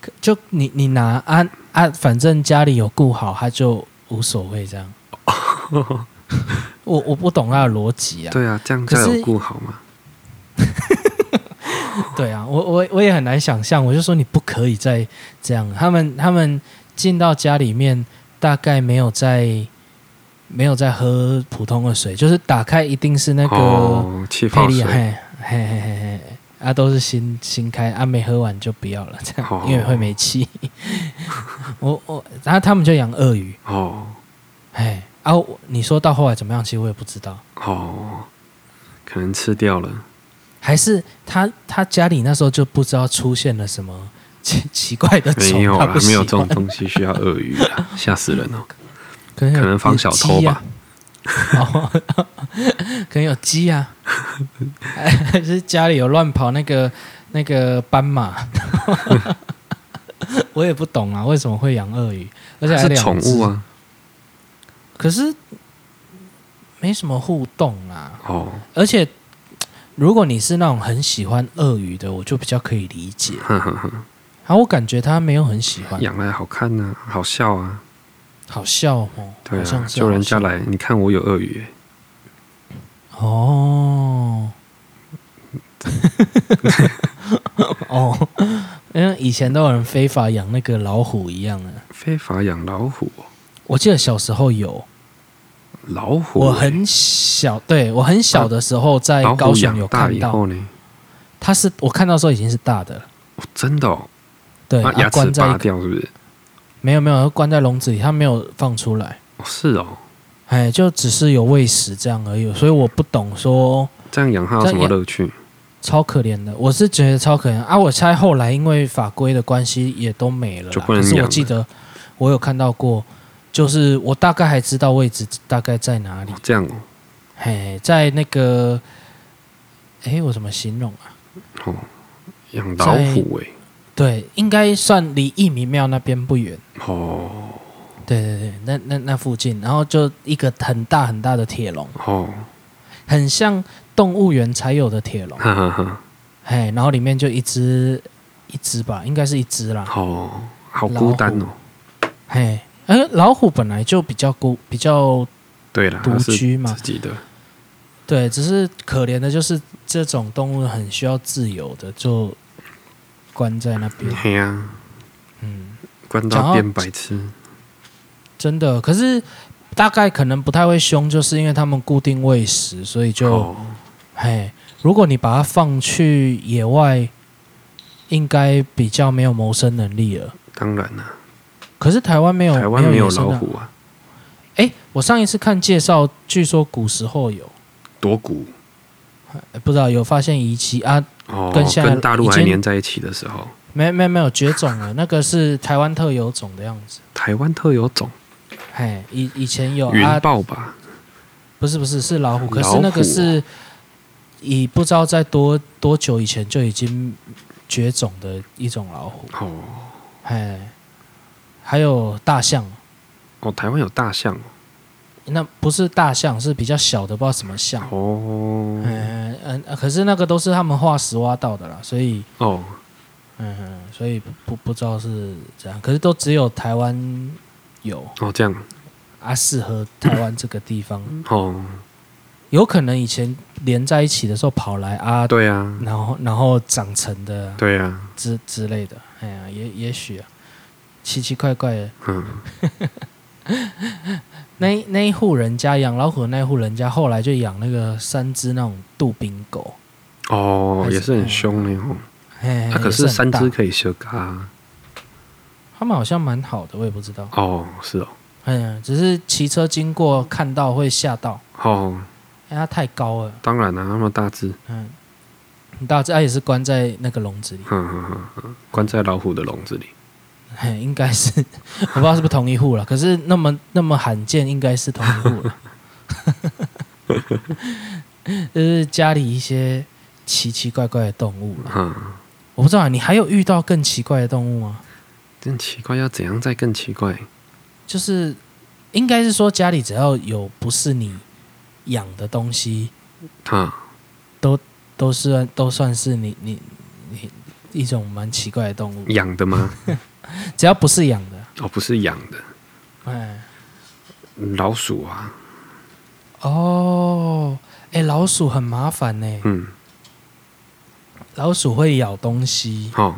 B: 可就你你拿啊啊，反正家里有顾好，他就无所谓这样。我我不懂他的逻辑啊。
C: 对啊，这样
B: 可
C: 才
B: 是
C: 有顾好嘛。
B: 对啊，我我我也很难想象，我就说你不可以再这样。他们他们进到家里面，大概没有在没有在喝普通的水，就是打开一定是那个
C: 哦，气
B: 配
C: 泡
B: 利，嘿
C: 水，
B: 嘿嘿嘿嘿，啊都是新新开，啊没喝完就不要了，这样、
C: 哦
B: 因为会没气。 [LAUGHS] 我我然后他们就养鳄鱼，
C: 哦
B: 哎啊我你说到后来怎么样？其实我也不知道，
C: 哦，可能吃掉了。
B: 还是他他家里那时候就不知道出现了什么。 [LAUGHS] 奇奇怪的 [LAUGHS] 虫，
C: 没有
B: 他
C: 啦
B: 不，
C: 没有
B: 喜
C: 这种
B: 欢
C: 东西需要鳄鱼啦，吓死人
B: [LAUGHS]
C: 哦！
B: 可能有
C: 可能防小偷吧
B: 鸡啊。哦， [LAUGHS] 可能有鸡啊，还是家里有乱跑那个那个斑马， [LAUGHS] 我也不懂啊，为什么会养鳄鱼，而且还
C: 它是
B: 两
C: 宠
B: 只
C: 物，啊，
B: 可是没什么互动啊。
C: 哦，
B: 而且如果你是那种很喜欢鳄鱼的，我就比较可以理解。
C: 哼哼哼，
B: 啊，我感觉他没有很喜欢，
C: 养来好看呐、啊，好笑啊，
B: 好笑哦，
C: 对
B: 好
C: 啊，
B: 像是
C: 就人
B: 好
C: 家
B: 像
C: 来，你看我有鳄鱼欸耶、
B: 哦， [LAUGHS] 哦，因为以前都有人非法养那个老虎一样啊。
C: 非法养老虎哦，
B: 我记得小时候有，
C: 老虎哦耶、
B: 我很小，对我很小的时候在
C: 老
B: 哎高
C: 啊虎
B: 雄
C: 养
B: 有
C: 大
B: 看
C: 以
B: 到，
C: 后呢，
B: 它是我看到的时候已经是大的了，
C: 哦、真的哦，
B: 对，
C: 把
B: 啊
C: 牙齿
B: 关在一
C: 拔
B: 个
C: 掉是不是？
B: 没有没有关在笼子里，它没有放出来，
C: 哦，是哦，
B: 哎，就只是有喂食这样而已，所以我不懂说
C: 这样养它有
B: 这
C: 什
B: 样
C: 么乐趣？
B: 超可怜的，我是觉得超可怜啊！我猜后来因为法规的关系也都没了啦，
C: 就不能
B: 可是我
C: 养了
B: 记得我有看到过，就是我大概还知道位置大概在哪里
C: 哦，，这样哦，
B: 嘿，在那个，哎，我怎么形容啊？
C: 哦，养老虎哎、
B: 对，应该算离义民庙那边不远，
C: 哦
B: 对对对，那那那附近，然后就一个很大很大的铁笼，
C: 哦，
B: 很像动物园才有的铁笼，
C: 哈哈哈，
B: 嘿，然后里面就一只一只吧，应该是一只啦，
C: 哦，好孤单
B: 老
C: 哦。
B: 嘿，呃，老虎本来就比较孤，比较
C: 对了，
B: 独
C: 它是
B: 居嘛
C: 自，己的，
B: 对，只是可怜的就是这种动物很需要自由的，就关在那边，
C: 嘿呀、
B: 嗯，
C: 关
B: 讲
C: 到
B: 到
C: 变白痴。
B: 真的。可是大概可能不太会凶，就是因为它们固定喂食，所以就、
C: 哦
B: 嘿，如果你把它放去野外，应该比较没有谋生能力了。
C: 当然了、
B: 可是台湾没有，
C: 台湾没有
B: 野生
C: 老
B: 的。
C: 虎啊，
B: 哎，我上一次看介绍，据说古时候有，
C: 多古
B: 呃不知道有发现遗迹啊，
C: 哦，
B: 跟现在
C: 跟大陆
B: 已
C: 还
B: 经
C: 连在一起的时候，
B: 没没没有绝种了，那个是台湾特有种的样子。
C: 台湾特有种
B: 嘿，以以前有
C: 云
B: 啊，
C: 豹吧？
B: 不是不是是老虎，啊可
C: 老
B: 是
C: 虎
B: 那个是以不知道在多多久以前就已经绝种的一种老虎。
C: 哦
B: 嘿，还有大象，
C: 哦，台湾有大象哦
B: 那不是大象，是比较小的，不知道什么象。
C: 哦
B: 嗯嗯，呃可是那个都是他们化石挖到的啦，所以
C: 哦，
B: 嗯，嗯所以不不不知道是怎样，可是都只有台湾有
C: 哦这样
B: 啊，适合台湾这个地 [COUGHS] 方。嗯
C: 哦，
B: 有可能以前连在一起的时候跑来啊，
C: 对啊
B: 然后然后长成的
C: 对啊，
B: 之之类的，哎呀，也也许啊，奇奇怪怪的。
C: 嗯
B: 那一那一户人家养老虎，那一户人家后来就养那个三只那种杜宾狗，
C: 哦
B: 还是
C: 也是很凶的哦，
B: 哎，
C: 啊可
B: 也
C: 是
B: 很
C: 三
B: 大
C: 只，可以修嘎
B: 他们好像蛮好的，我也不知道，
C: 哦是哦
B: 哎呀，只是骑车经过看到会吓到，
C: 哦，
B: 哎，它太高了，
C: 当然啦、啊那么大只，
B: 嗯，很大只，它也是关在那个笼子里，
C: 哼哼哼哼，关在老虎的笼子里，
B: 嘿，应该是， [LAUGHS] 我不知道是不是同一户了。可是那么那么罕见，应该是同一户 [LAUGHS] 了。就是家里一些奇奇怪怪的动物了。
C: 嗯
B: 我不知道你还有遇到更奇怪的动物吗？
C: 更奇怪要怎样再更奇怪？
B: 就是应该是说家里只要有不是你养的东西，
C: 啊，
B: 都都是都算是你你你一种蛮奇怪的动物，
C: 养的 [LAUGHS] 吗？
B: 只要不是养的，
C: 哦，不是养的，
B: 哎，
C: 老鼠啊，
B: 哦，哎，老鼠很麻烦呢、
C: 嗯，
B: 老鼠会咬东西，
C: 哦，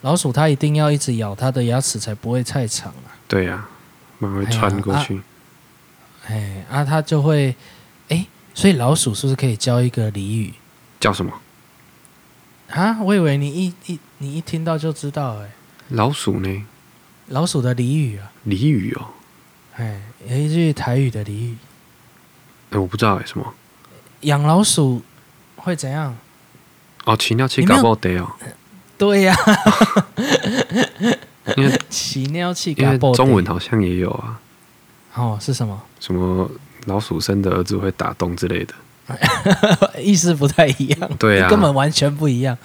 B: 老鼠它一定要一直咬，它的牙齿才不会太长啊。
C: 对呀、马上会穿过去。
B: 哎，啊，它就会，哎，所以老鼠是不是可以教一个俚语
C: 叫什么？
B: 啊？我以为你一一你一听到就知道、哎，
C: 老鼠呢？
B: 老鼠的俚语啊，
C: 俚语哦，
B: 哎，有一句台语的俚语，
C: 哎，我不知道哎，什么？
B: 养老鼠会怎样？
C: 哦，奇尿气
B: 你没有
C: 搞不好得哦，
B: 对呀、 [LAUGHS]
C: [LAUGHS] 因为
B: 起尿气
C: 因
B: 嘎
C: 为
B: 爆。
C: 中文好像也有啊，
B: 哦是什么？
C: 什么老鼠生的儿子会打洞之类的。
B: 意思不太一样，
C: 对啊
B: 根本完全不一样。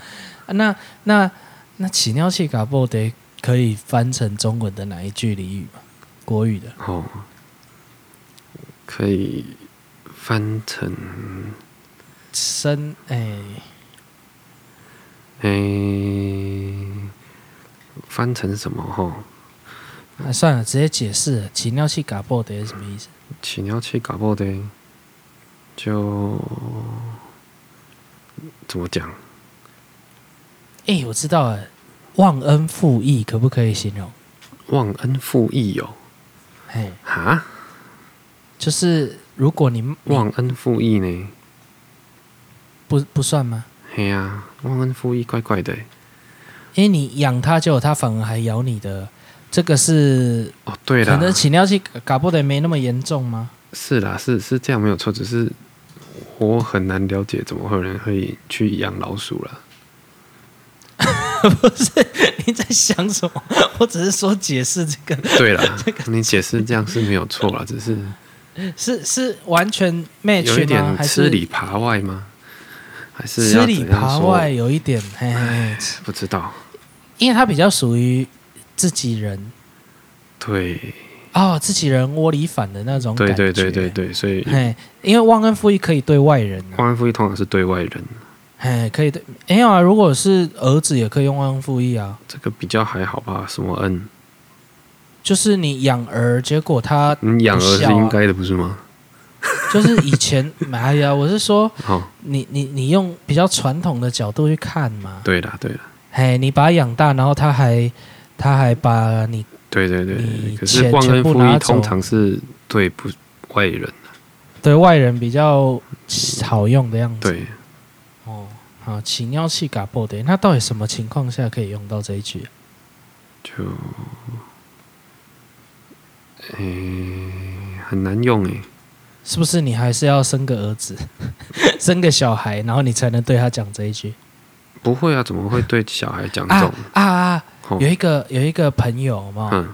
B: 啊、那那那起尿气嘎爆得可以翻成中文的哪一句俚语吗？国语的
C: 哦，可以翻成
B: 生哎
C: 诶、翻成什么哈？
B: 啊，算了，直接解释了起尿气嘎爆得是什么意思？
C: 起尿气搞不好的，就怎么讲？
B: 哎，我知道了，忘恩负义可不可以形容？
C: 忘恩负义哦，
B: 哎，
C: 哈，
B: 就是如果你你
C: 忘恩负义呢？
B: 不不算吗？
C: 嘿呀、忘恩负义怪怪的欸
B: 因为哎你养它，结果它反而还咬你的，这个是
C: 哦。对
B: 可
C: 啦，
B: 能起尿气嘎爆得没那么严重吗？
C: 是啦，是是这样没有错，只是我很难了解怎么会有人会去养老鼠啦。 [LAUGHS]
B: 不是你在想什么？我只是说解释 [LAUGHS] 这个
C: 对啦，你解释这样是没有错啦，只是
B: 是是完全
C: 有一
B: match 吗？
C: 点
B: 哎还
C: 吃
B: 是
C: 里扒外吗？还是
B: 吃
C: 要
B: 里
C: 怎样
B: 扒
C: 说哎
B: 外？有一点，嘿嘿嘿
C: 不知道。
B: 因为它比较属于自己人
C: 对，
B: 哦，自己人窝里反的那种感
C: 对
B: 觉。
C: 对对对对，所以
B: 嘿，因为忘恩负义可以对外人、啊，
C: 忘恩负义通常是对外人，
B: 嘿，可以对没有啊？如果是儿子，也可以用忘恩负义啊。
C: 这个比较还好吧？什么恩？
B: 就是你养儿，结果
C: [LAUGHS]
B: 他
C: 你嗯养儿是
B: 不孝啊
C: 应该的，不是吗？
B: 就是以前，哎呀，我是说，
C: 哦，
B: 你你你用比较传统的角度去看嘛，
C: 对啦，对啦，
B: 嘿，你把他养大，然后他还他还把你
C: 对对对
B: 你
C: 对。可
B: 钱
C: 是忘
B: 全
C: 恩
B: 部
C: 负
B: 拿
C: 义
B: 走
C: 通常是对不外人，
B: 对外人比较好用的样子。，
C: 对，
B: 哦，好，起尿气嘎破的，那到底什么情况下可以用到这一句？
C: 就，诶、很难用诶、
B: 是不是你还是要生个儿子， [LAUGHS] 生个小孩，然后你才能对他讲这一句
C: 不会啊，怎么会对小孩讲这
B: 啊
C: 种？
B: 啊啊！
C: 哦
B: 有一个有一个朋友嘛，
C: 嗯，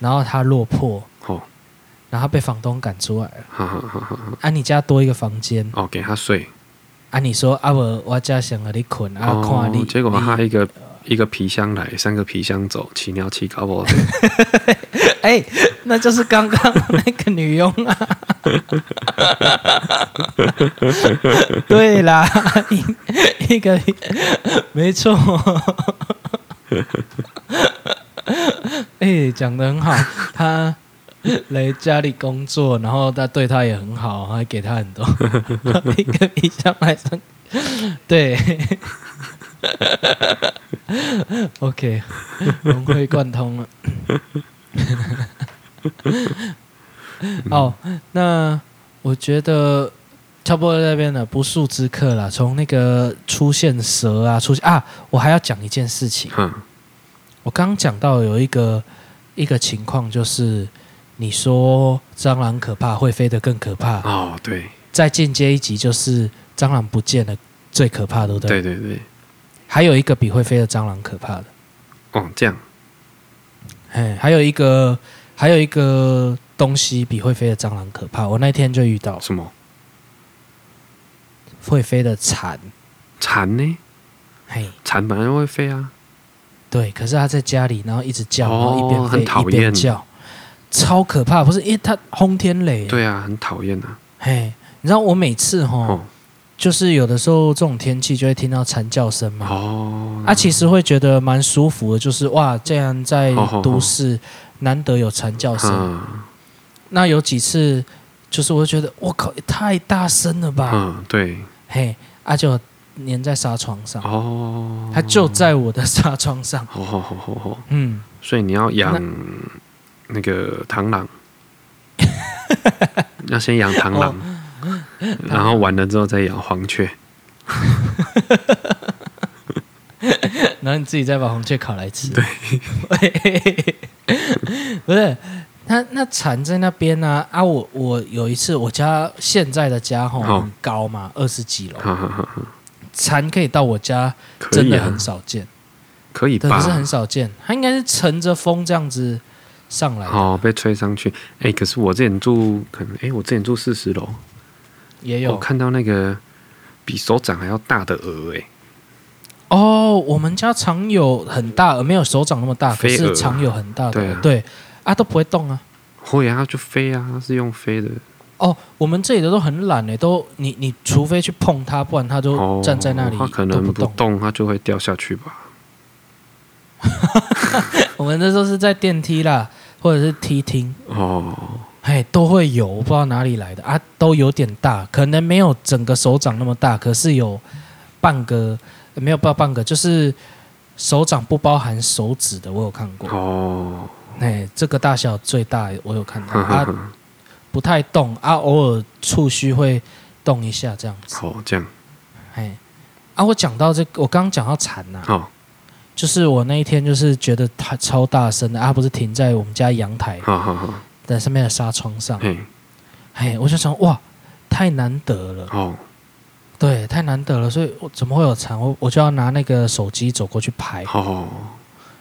B: 然后他落魄，
C: 哦，
B: 然后他被房东赶出来了。
C: 哈哈哈哈哈。
B: 啊，你家多一个房间，
C: 哦，给他睡。
B: 啊，你说啊我我家想和你困啊，
C: 哦
B: 看你，，
C: 结果
B: 你
C: 他一个一个皮箱来，三个皮箱走，起尿气搞不好的。
B: [LAUGHS] 哎、那就是刚刚那个女佣啊。对啦，一一个没错。哎、讲的很好，他来家里工作，然后他对他也很好，还给他很多，一个冰箱来上，对，OK，融会贯通了。哦，那我觉得差不多在那边了，不速之客啦。从那个出现蛇啊，出现啊，我还要讲一件事情。
C: 嗯，
B: 我刚讲到有一个一个情况，就是你说蟑螂可怕，会飞得更可怕。
C: 哦，对，
B: 再进阶一级，就是蟑螂不见了最可怕，对不对？
C: 对对对，
B: 还有一个比会飞的蟑螂可怕的，
C: 哦，这样，
B: 哎，还有一个还有一个东西比会飞的蟑螂可怕。我那天就遇到
C: 什么
B: 会飞的蝉。
C: 蝉呢？
B: 嘿，
C: 蝉本来就会飞啊，
B: 对，可是它在家里，然后一直叫，然
C: 哦
B: 后一边
C: 很
B: 飞、
C: 讨
B: 一
C: 厌
B: 边叫，超可怕，不是？因为它轰天雷，，
C: 对啊，很讨厌啊。
B: 嘿，你知道我每次哈、
C: 哦
B: 就是有的时候这种天气就会听到蝉叫声嘛，
C: 哦，
B: 啊，其实会觉得蛮舒服的，就是哇，这样在
C: 哦哦哦
B: 都市难得有蝉叫声，
C: 嗯
B: 那有几次就是我就觉得我靠，也太大声了吧，
C: 嗯，对，
B: 嘿，啊就粘在纱窗上，
C: 哦，
B: 它就在我的纱窗上，
C: 哦哦哦哦哦，
B: 嗯，
C: 所以你要养那个螳
B: [LAUGHS]
C: 螂，要先养螳螂，
B: 哦
C: 然后完了之后再养黄雀。
B: 然后你自己再把红雀烤来吃。对， [LAUGHS] 不是，那那蝉在那边呢啊！我我有一次，我家现在的家吼
C: 好
B: 很高嘛，二十几楼，
C: 哈哈哈哈，
B: 蝉可以到我家，
C: 可
B: 真
C: 以
B: 的
C: 啊
B: 很，少见，
C: 可以
B: 对，可
C: 吧
B: 是？很少见。它应该是乘着风这样子上来的，
C: 哦，被吹上去。哎、可是我之前住，可能哎、我之前住四十楼，
B: 也
C: 我
B: 有
C: 看到那个比手掌还要大的鹅、哎，
B: 哦。我们家常有很大，没有手掌那么大，可
C: 飞
B: 是
C: 蛾
B: 常有很大
C: 对
B: 的
C: 啊，
B: 对啊，都不会动啊。
C: 会啊，它就飞啊，它是用飞的。
B: 哦，我们这里的都很懒诶，都你你除非去碰它，不然它
C: 哦
B: 就，站在那里、
C: 它可
B: 都
C: 能
B: 不
C: 不
B: 动。
C: 动，它就会掉下去吧。
B: 我们那时候是在电梯啦，或者是梯厅，
C: 哦，
B: 嘿，都会有，我不知道哪里来的啊，都有点大，可能没有整个手掌那么大，可是有半个，没有到半个，就是手掌不包含手指的，我有看过，
C: 哦，
B: 嘿，这个大小最大我有看到，
C: 哈哈
B: 啊，
C: 哈，
B: 不太动，啊，偶尔触须会动一下这样子，
C: 好，这样，
B: 嘿，啊，我讲到这个，我刚刚讲到蝉呐、
C: 好，
B: 就是我那一天就是觉得它超大声的，啊，不是停在我们家阳台
C: 好好好，
B: 的上面的纱窗上，
C: 嘿，
B: 嘿，我就想哇，太难得了，
C: 哦，
B: 对，太难得了，所以我怎么会有蝉？我我就要拿那个手机走过去拍，
C: 哦，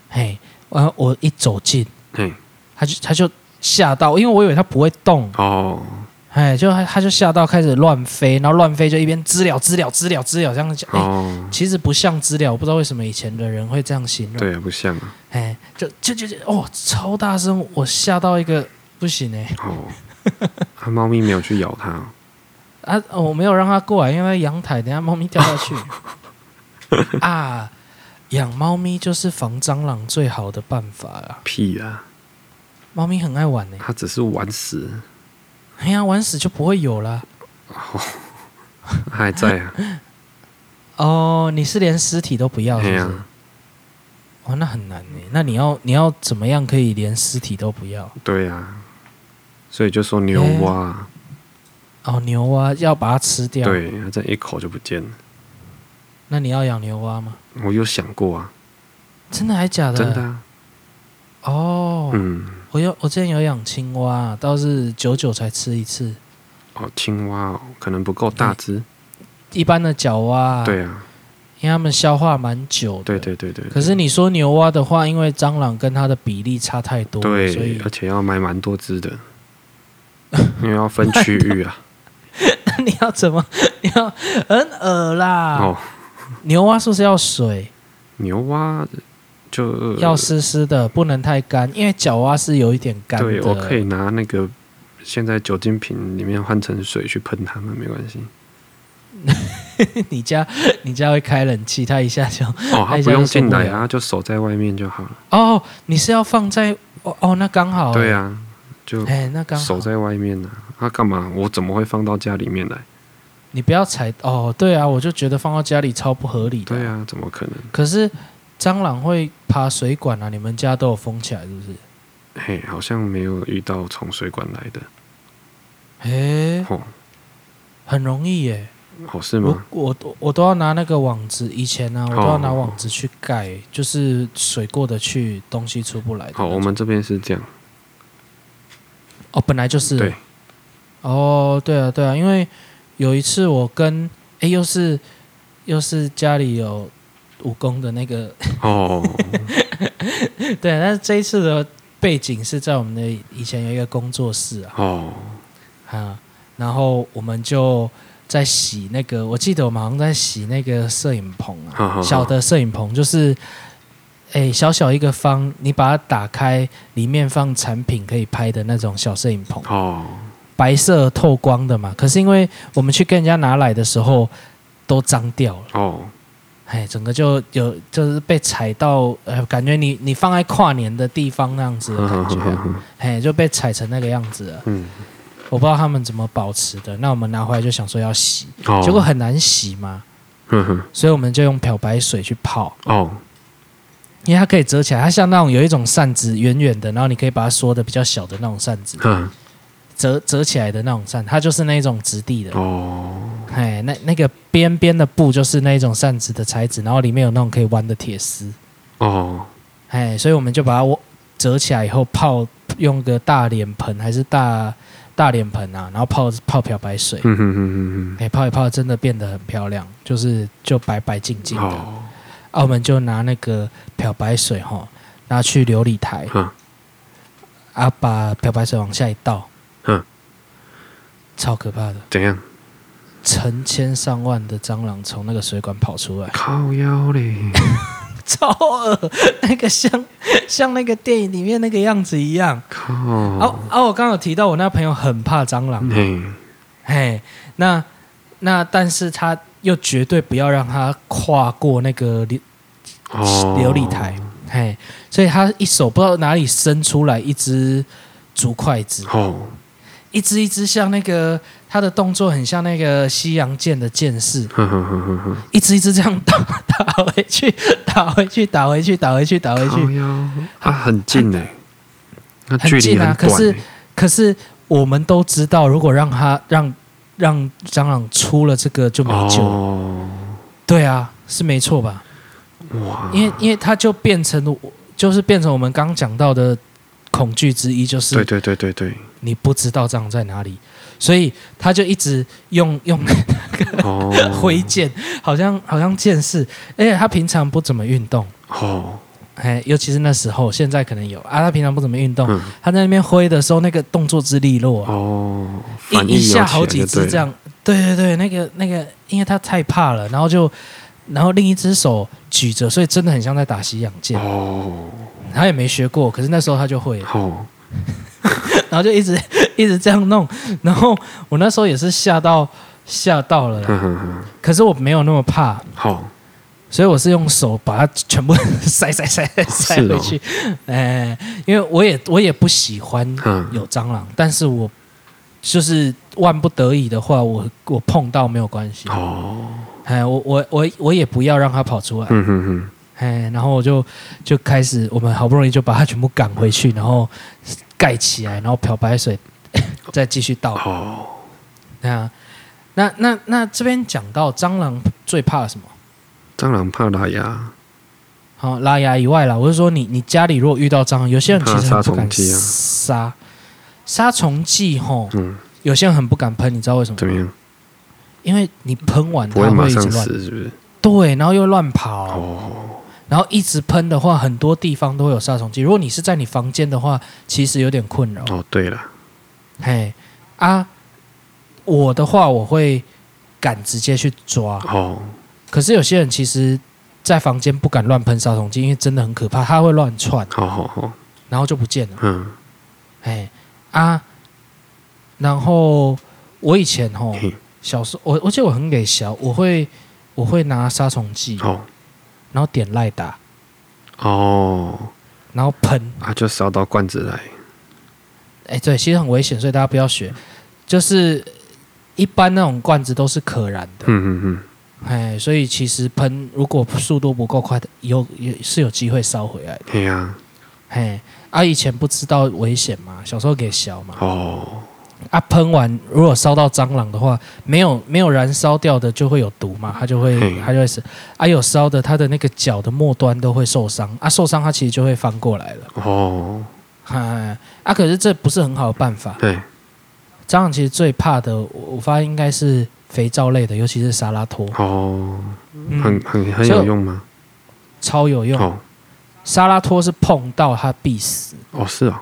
B: 嘿，然后我一走近，
C: 嘿，
B: 他就他就吓到，因为我以为他不会动，
C: 哦，
B: 哎，就他他就吓到开始乱飞，然后乱飞就一边知了知了知了知了这样讲，哎，
C: 哦，
B: 其实不像知了，我不知道为什么以前的人会这样形容，
C: 对啊，不像啊，
B: 哎，就就就就哦，超大声，我吓到一个不行哎、
C: [LAUGHS] 哦，它猫咪没有去咬它哦，
B: 啊，哦我没有让它过来，因为阳台等下猫咪掉下
C: [LAUGHS]
B: 去。啊，养猫咪就是防蟑螂最好的办法啦。
C: 屁啊，
B: 猫咪很爱玩呢、
C: 它只是玩死，
B: 哎呀，玩死就不会有啦。
C: 它还在
B: [LAUGHS]
C: 啊，
B: 哦，你是连尸体都不要是
C: 嘿
B: 哦不是？
C: 啊，
B: 哇，那很难呢、那你要你要怎么样可以连尸体都不要？
C: 对啊，所以就说牛蛙，
B: 哦，牛蛙要把它吃掉。
C: 对，它这样一口就不见了。
B: 那你要养牛蛙吗？
C: 我有想过啊，
B: 真的还假的？
C: 真的、啊，
B: 哦，
C: 嗯，
B: 我有我之前有养青蛙，倒是久久才吃一次。
C: 哦，青蛙哦，可能不够大只，
B: 一般的角蛙，
C: 对啊，
B: 因为它们消化蛮久的。
C: 对对对对，
B: 可是你说牛蛙的话，因为蟑螂跟它的比例差太多，所
C: 对，
B: 以
C: 而且要买蛮多只
B: [LAUGHS]
C: 的，因为要分区域啊。
B: [LAUGHS] 你要怎么？你要很恶啦。
C: 哦，
B: 牛蛙是不是要水？
C: 牛蛙就
B: 要湿湿的，不能太干，因为角蛙是有一点干的。
C: 对我可以拿那个现在酒精瓶里面换成水去喷它们，没关系。
B: [LAUGHS] 你家你家会开冷气，它一下就 [LAUGHS]
C: 哦，
B: 那
C: 它
B: 一
C: 不
B: 下就
C: 用
B: 受
C: 进
B: 不
C: 来
B: 了
C: 啊，它就守在外面就好了。
B: 哦，你是要放在哦哦，那刚好。
C: 对，啊，就
B: 哎，那刚好
C: 守。在外面啊。它干嘛？我怎么会放到家里面来？
B: 你不要踩哦，对啊，我就觉得放到家里超不合理的。
C: 对啊，怎么可能？
B: 可是蟑螂会爬水管啊，你们家都有封起来是不是？
C: 嘿，好像没有遇到从水管来的。
B: 诶，
C: 哦，
B: 很容易耶！
C: 哦是
B: 我
C: 吗？
B: 我我都要拿那个网子，以前啊呢、我都要拿网子去盖，就是水过得去，东西出不来的那
C: 好，
B: 种。
C: 我们这边是这样。
B: 哦，本来就是
C: 对，
B: 哦，对啊，对啊，因为有一次我跟诶，又是又是家里有武功的那个， [LAUGHS]
C: 哦，
B: 对，啊但是这一次的背景是在我们的以前有一个工作室啊，
C: 哦，
B: 啊，然后我们就在洗那个，我记得我们好像在洗那个摄影棚啊，
C: 好好
B: 小的摄影棚就是，哎、小小一个方，你把它打开，里面放产品可以拍的那种小摄影棚，
C: 哦，
B: 白色透光的嘛。可是因为我们去跟人家拿来的时候都脏掉了，
C: 哦，
B: 哎，整个就有就是被踩到，呃，感觉你你放在跨年的地方那样子的感觉啊、哎，就被踩成那个样子了。
C: 嗯，
B: 我不知道他们怎么保持的。那我们拿回来就想说要洗，
C: 哦，
B: 结果很难洗嘛，
C: 哼哼，
B: 所以我们就用漂白水去泡，
C: 哦，
B: 因为它可以折起来，它像那种有一种扇子圆圆的，然后你可以把它缩的比较小的那种扇子，
C: 哼，
B: 折折起来的那种扇，它就是那一种质地的，
C: 哦，
B: 哎，那那个边边的布就是那一种扇子的材质，然后里面有那种可以弯的铁丝，
C: 哦，
B: 哎，所以我们就把它握折起来以后泡，用个大脸盆还是大大脸盆啊，然后泡泡漂白水。
C: 嗯哼哼哼
B: 哎、泡一泡真的变得很漂亮，就是就白白净净
C: 哼，
B: 的。
C: 哦，
B: 澳门就拿那个漂白水哈，拿去琉璃台
C: 哼，
B: 啊，把漂白水往下一倒，
C: 哼，
B: 超可怕的，
C: 啊怎样？
B: 成千上万的蟑螂从那个水管跑出来，
C: 靠腰嘞，
B: [LAUGHS] 超恶，那个像像那个电影里面那个样子一样。
C: 靠，
B: 哦哦，我刚刚有提到我那朋友很怕蟑螂，
C: 嘿，
B: 嘿，那那但是他又绝对不要让他跨过那个琉
C: 哦，
B: 琉璃台，，嘿，所以他一手不知道哪里伸出来一只竹筷子，
C: 哦，
B: 一只一只像那个他的动作很像那个西洋剑的剑士，
C: 哼哼哼哼哼，
B: 一只一只这样打打回去，打回去，打回去，打回去，打回
C: 靠
B: 去。
C: 腰，啊，很近嘞，那
B: 很
C: 距离
B: 近啊
C: 很
B: 可
C: 短
B: 是
C: 欸，
B: 可是我们都知道，如果让他让让蟑螂出了这个就没救，
C: 哦，
B: 对啊，是没错吧？
C: 哇，
B: 因为因为它就变成我就是变成我们刚讲到的恐惧之一，就是
C: 对对对对对，
B: 你不知道蟑螂在哪里，所以他就一直用用
C: 哦，
B: [LAUGHS] 挥剑，好像好像剑士，而且他平常不怎么运动，
C: 哦，
B: 哎，尤其是那时候，现在可能有啊，他平常不怎么运动，
C: 嗯
B: 他在那边挥的时候，那个动作之利落啊，
C: 哦，反
B: 一一
C: 应有
B: 下
C: 起
B: 好
C: 来
B: 几
C: 就
B: 只
C: 对
B: 这
C: 了，
B: 样，对对对，那个那个，因为他太怕了，然后就然后另一只手举着，所以真的很像在打西洋剑，
C: 哦，
B: 他也没学过，可是那时候他就会了。
C: 哦，
B: 然后就一直一直这样弄，然后我那时候也是吓到吓到了啦，
C: 哼哼哼，
B: 可是我没有那么怕，
C: 好，
B: 所以我是用手把它全部 [LAUGHS] 塞塞塞塞
C: 是哦
B: 回去，哎、因为我也我也不喜欢
C: 嗯，
B: 有蟑螂，但是我就是万不得已的话，我我碰到没有关系，
C: 哦，
B: 哎，我我我我也不要让它跑出来，
C: 嗯哼哼，
B: 哎，然后我就就开始，我们好不容易就把它全部赶回去，然后盖起来，然后漂白水再继续倒。
C: 哦，
B: 那那那那这边讲到蟑螂最怕什么？
C: 蟑螂怕拉牙，
B: 好、拉牙以外啦，我是说你你家里如果遇到蟑螂，有些人其实很不
C: 怕杀虫
B: 敢
C: 剂啊
B: 杀杀虫剂吼，
C: 嗯，
B: 有些人很不敢喷，你知道为什么
C: 怎
B: 吗？
C: 么样？
B: 因为你喷完
C: 不
B: 它
C: 会马
B: 会一直
C: 上
B: 乱，
C: 死是不是？
B: 对，然后又乱跑，
C: 哦，
B: 然后一直喷的话，很多地方都会有杀虫剂。如果你是在你房间的话，其实有点困扰。
C: 哦，对了，
B: 嘿啊，我的话我会敢直接去抓，
C: 哦，
B: 可是有些人其实，在房间不敢乱喷杀虫剂，因为真的很可怕，它会乱窜，
C: 好好好，
B: 然后就不见了。
C: 嗯，
B: 哎啊，然后我以前吼
C: 嘿，
B: 小时候，我我记得我很给小，我会我会拿杀虫剂，
C: 好，
B: 然后点赖打，
C: 哦，
B: 然后喷。
C: 啊，就烧到罐子来，
B: 哎，对，其实很危险，所以大家不要学。就是一般那种罐子都是可燃的，
C: 嗯嗯
B: 哎，所以其实喷如果速度不够快的，有也是有机会烧回来的。
C: 嗯，嘿呀，
B: 嘿，啊，以前不知道危险嘛，小时候给小嘛，
C: 哦，
B: 啊，喷完如果烧到蟑螂的话，没有没有燃烧掉的就会有毒嘛，它就会
C: 嘿
B: 它就会死。啊，有烧的，它的那个脚的末端都会受伤，啊，受伤它其实就会翻过来了。
C: 哦，
B: 哎，啊，可是这不是很好的办法。
C: 对，
B: 蟑螂其实最怕的，我我发现应该是肥皂类的，尤其是沙拉托，
C: 哦，很
B: 嗯、
C: 很
B: 所
C: 很
B: 以
C: 有
B: 我
C: 用吗？
B: 超有用。
C: 哦，
B: 沙拉托是碰到它必死，
C: 哦，是哦，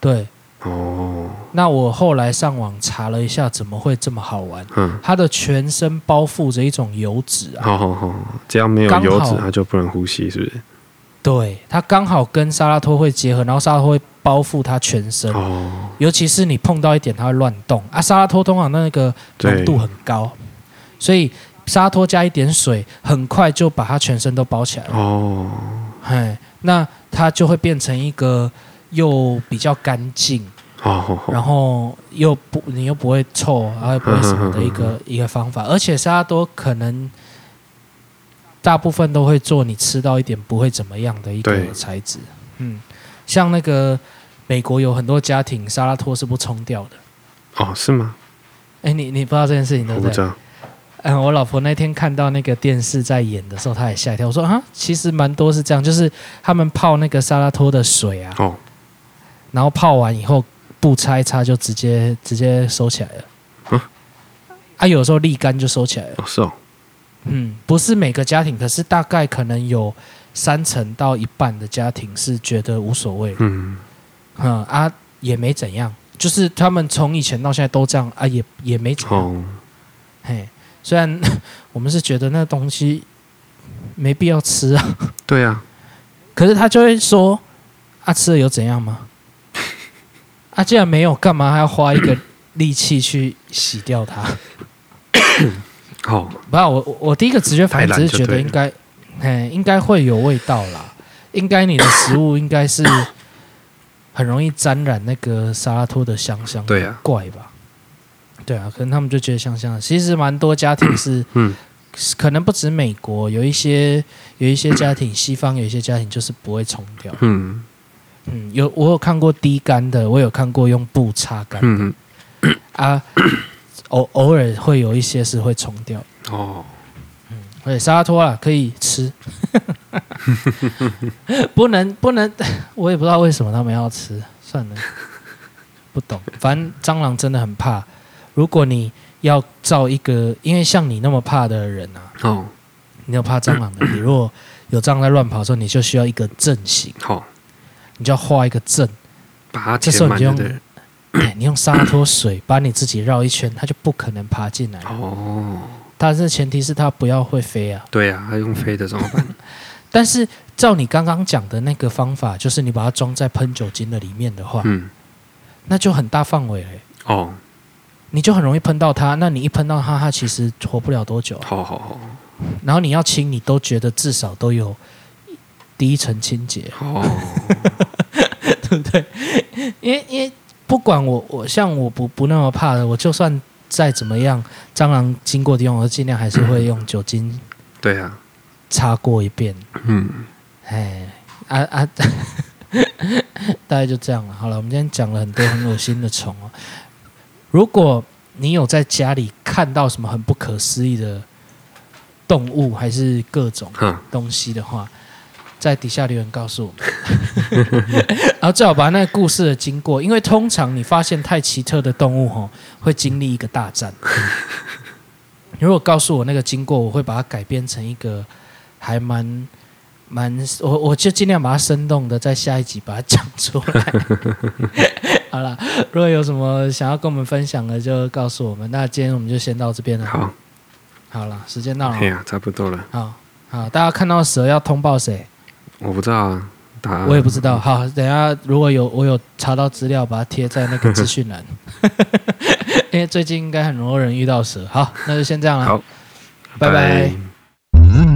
B: 对，
C: 哦，
B: 那我后来上网查了一下，怎么会这么好玩？
C: 嗯，
B: 它的全身包覆着一种油脂啊，
C: 好好好，只要没有
B: 刚
C: 油脂，
B: 好
C: 它就不能呼吸，是不是？
B: 对，它刚好跟沙拉托会结合，然后沙拉托会包覆它全身，
C: 哦，
B: 尤其是你碰到一点它会乱动啊。沙拉托通常那个
C: 对
B: 浓，度很高，所以沙拉托加一点水，很快就把它全身都包起来了。
C: 哦，
B: 嘿，那它就会变成一个又比较干净，
C: 哦好好好，
B: 然后又不你又不会臭，然后又不会什么的一
C: 嗯
B: 个一个方法。而且沙拉多可能大部分都会做，你吃到一点不会怎么样的一
C: 对
B: 个材质。嗯，像那个美国有很多家庭沙拉托是不冲掉的。
C: 哦，是吗？
B: 哎，你你不知道这件事情对
C: 我
B: 不
C: 不知
B: 对？
C: 道，
B: 嗯，我老婆那天看到那个电视在演的时候，她也吓一跳。我说啊，其实蛮多是这样，就是他们泡那个沙拉托的水啊，
C: 哦，
B: 然后泡完以后不擦一擦就直接直接收起来了。
C: 啊
B: 啊，有时候沥干就收起来了。
C: 哦是哦，
B: 嗯，不是每个家庭，可是大概可能有三成到一半的家庭是觉得无所谓的，
C: 嗯，
B: 嗯啊也没怎样，就是他们从以前到现在都这样啊，也也没怎样。
C: 哦，
B: 嘿，虽然 [LAUGHS] 我们是觉得那东西没必要吃啊，
C: 对啊，
B: 可是他就会说：“啊，吃了有怎样吗？ [LAUGHS] 啊，既然没有，干嘛还要花一个力气去洗掉它
C: 好，？”
B: 不，我我我第一个直觉反应
C: 太
B: 只
C: 懒
B: 是觉
C: 就对
B: 得
C: 了
B: 应该，哎，应该会有味道啦。应该你的食物应该是很容易沾染那个沙拉托的香香，
C: 对啊，
B: 怪吧？对啊，可能他们就觉得香香的。其实蛮多家庭是
C: 嗯，
B: 可能不止美国，有一些有一些家庭，西方有一些家庭就是不会冲掉。
C: 嗯
B: 嗯，有我有看过滴干的，我有看过用布擦干、
C: 嗯，
B: 啊， [COUGHS] 偶偶尔会有一些是会冲掉，
C: 哦，
B: 而且沙拉托啊啦可以吃， [LAUGHS] 不能不能， [LAUGHS] 我也不知道为什么他们要吃，算了，不懂，反正蟑螂真的很怕。如果你要造一个，因为像你那么怕的人啊，
C: 哦，
B: 你有怕蟑螂的，你如果有蟑螂在乱跑的时候，你就需要一个阵型，
C: 好，
B: 你就要画一个阵。
C: 把它
B: 这时候
C: 填
B: 你
C: 满
B: 就
C: 就
B: 用
C: 对了，
B: 哎你用沙拖水把你自己绕一圈，它就不可能爬进来。
C: 哦，
B: 但是前提是它不要会飞啊。
C: 对啊，它用飞的怎么办？
B: 但是照你刚刚讲的那个方法，就是你把它装在喷酒精的里面的话，
C: 嗯，
B: 那就很大范围、欸，
C: 哦，
B: 你就很容易喷到它。那你一喷到它，它其实活不了多久。啊
C: 好好好，
B: 然后你要清，你都觉得至少都有第一层清洁。 [LAUGHS]
C: 哦，
B: 对不对？因为因为不管我我像我不不那么怕的，我就算再怎么样，蟑螂经过的地方，我尽量还是会用酒精
C: 对啊，
B: 擦过一遍。
C: 嗯，
B: 哎，啊啊， [LAUGHS] 大概就这样了。好了，我们今天讲了很多很恶心的虫哦。如果你有在家里看到什么很不可思议的动物，还是各种
C: 哈，
B: 东西的话，在底下留言告诉我们， [LAUGHS] 然后最好把那个故事的经过，因为通常你发现太奇特的动物吼，会经历一个大战。你如果告诉我那个经过，我会把它改编成一个还蛮蛮，我我就尽量把它生动的在下一集把它讲出来。 [LAUGHS] 好了，如果有什么想要跟我们分享的，就告诉我们。那今天我们就先到这边了。
C: 好，
B: 好了，时间到了
C: 哎。呀，差不多了，
B: 好好，大家看到蛇要通报谁？
C: 我不知道啊，打，
B: 我也不知道。好，等一下如果有我有查到资料，把它贴在那个资讯栏。 [LAUGHS] 因为最近应该很多人遇到蛇。好，那就先这样了。
C: 好，
B: 拜拜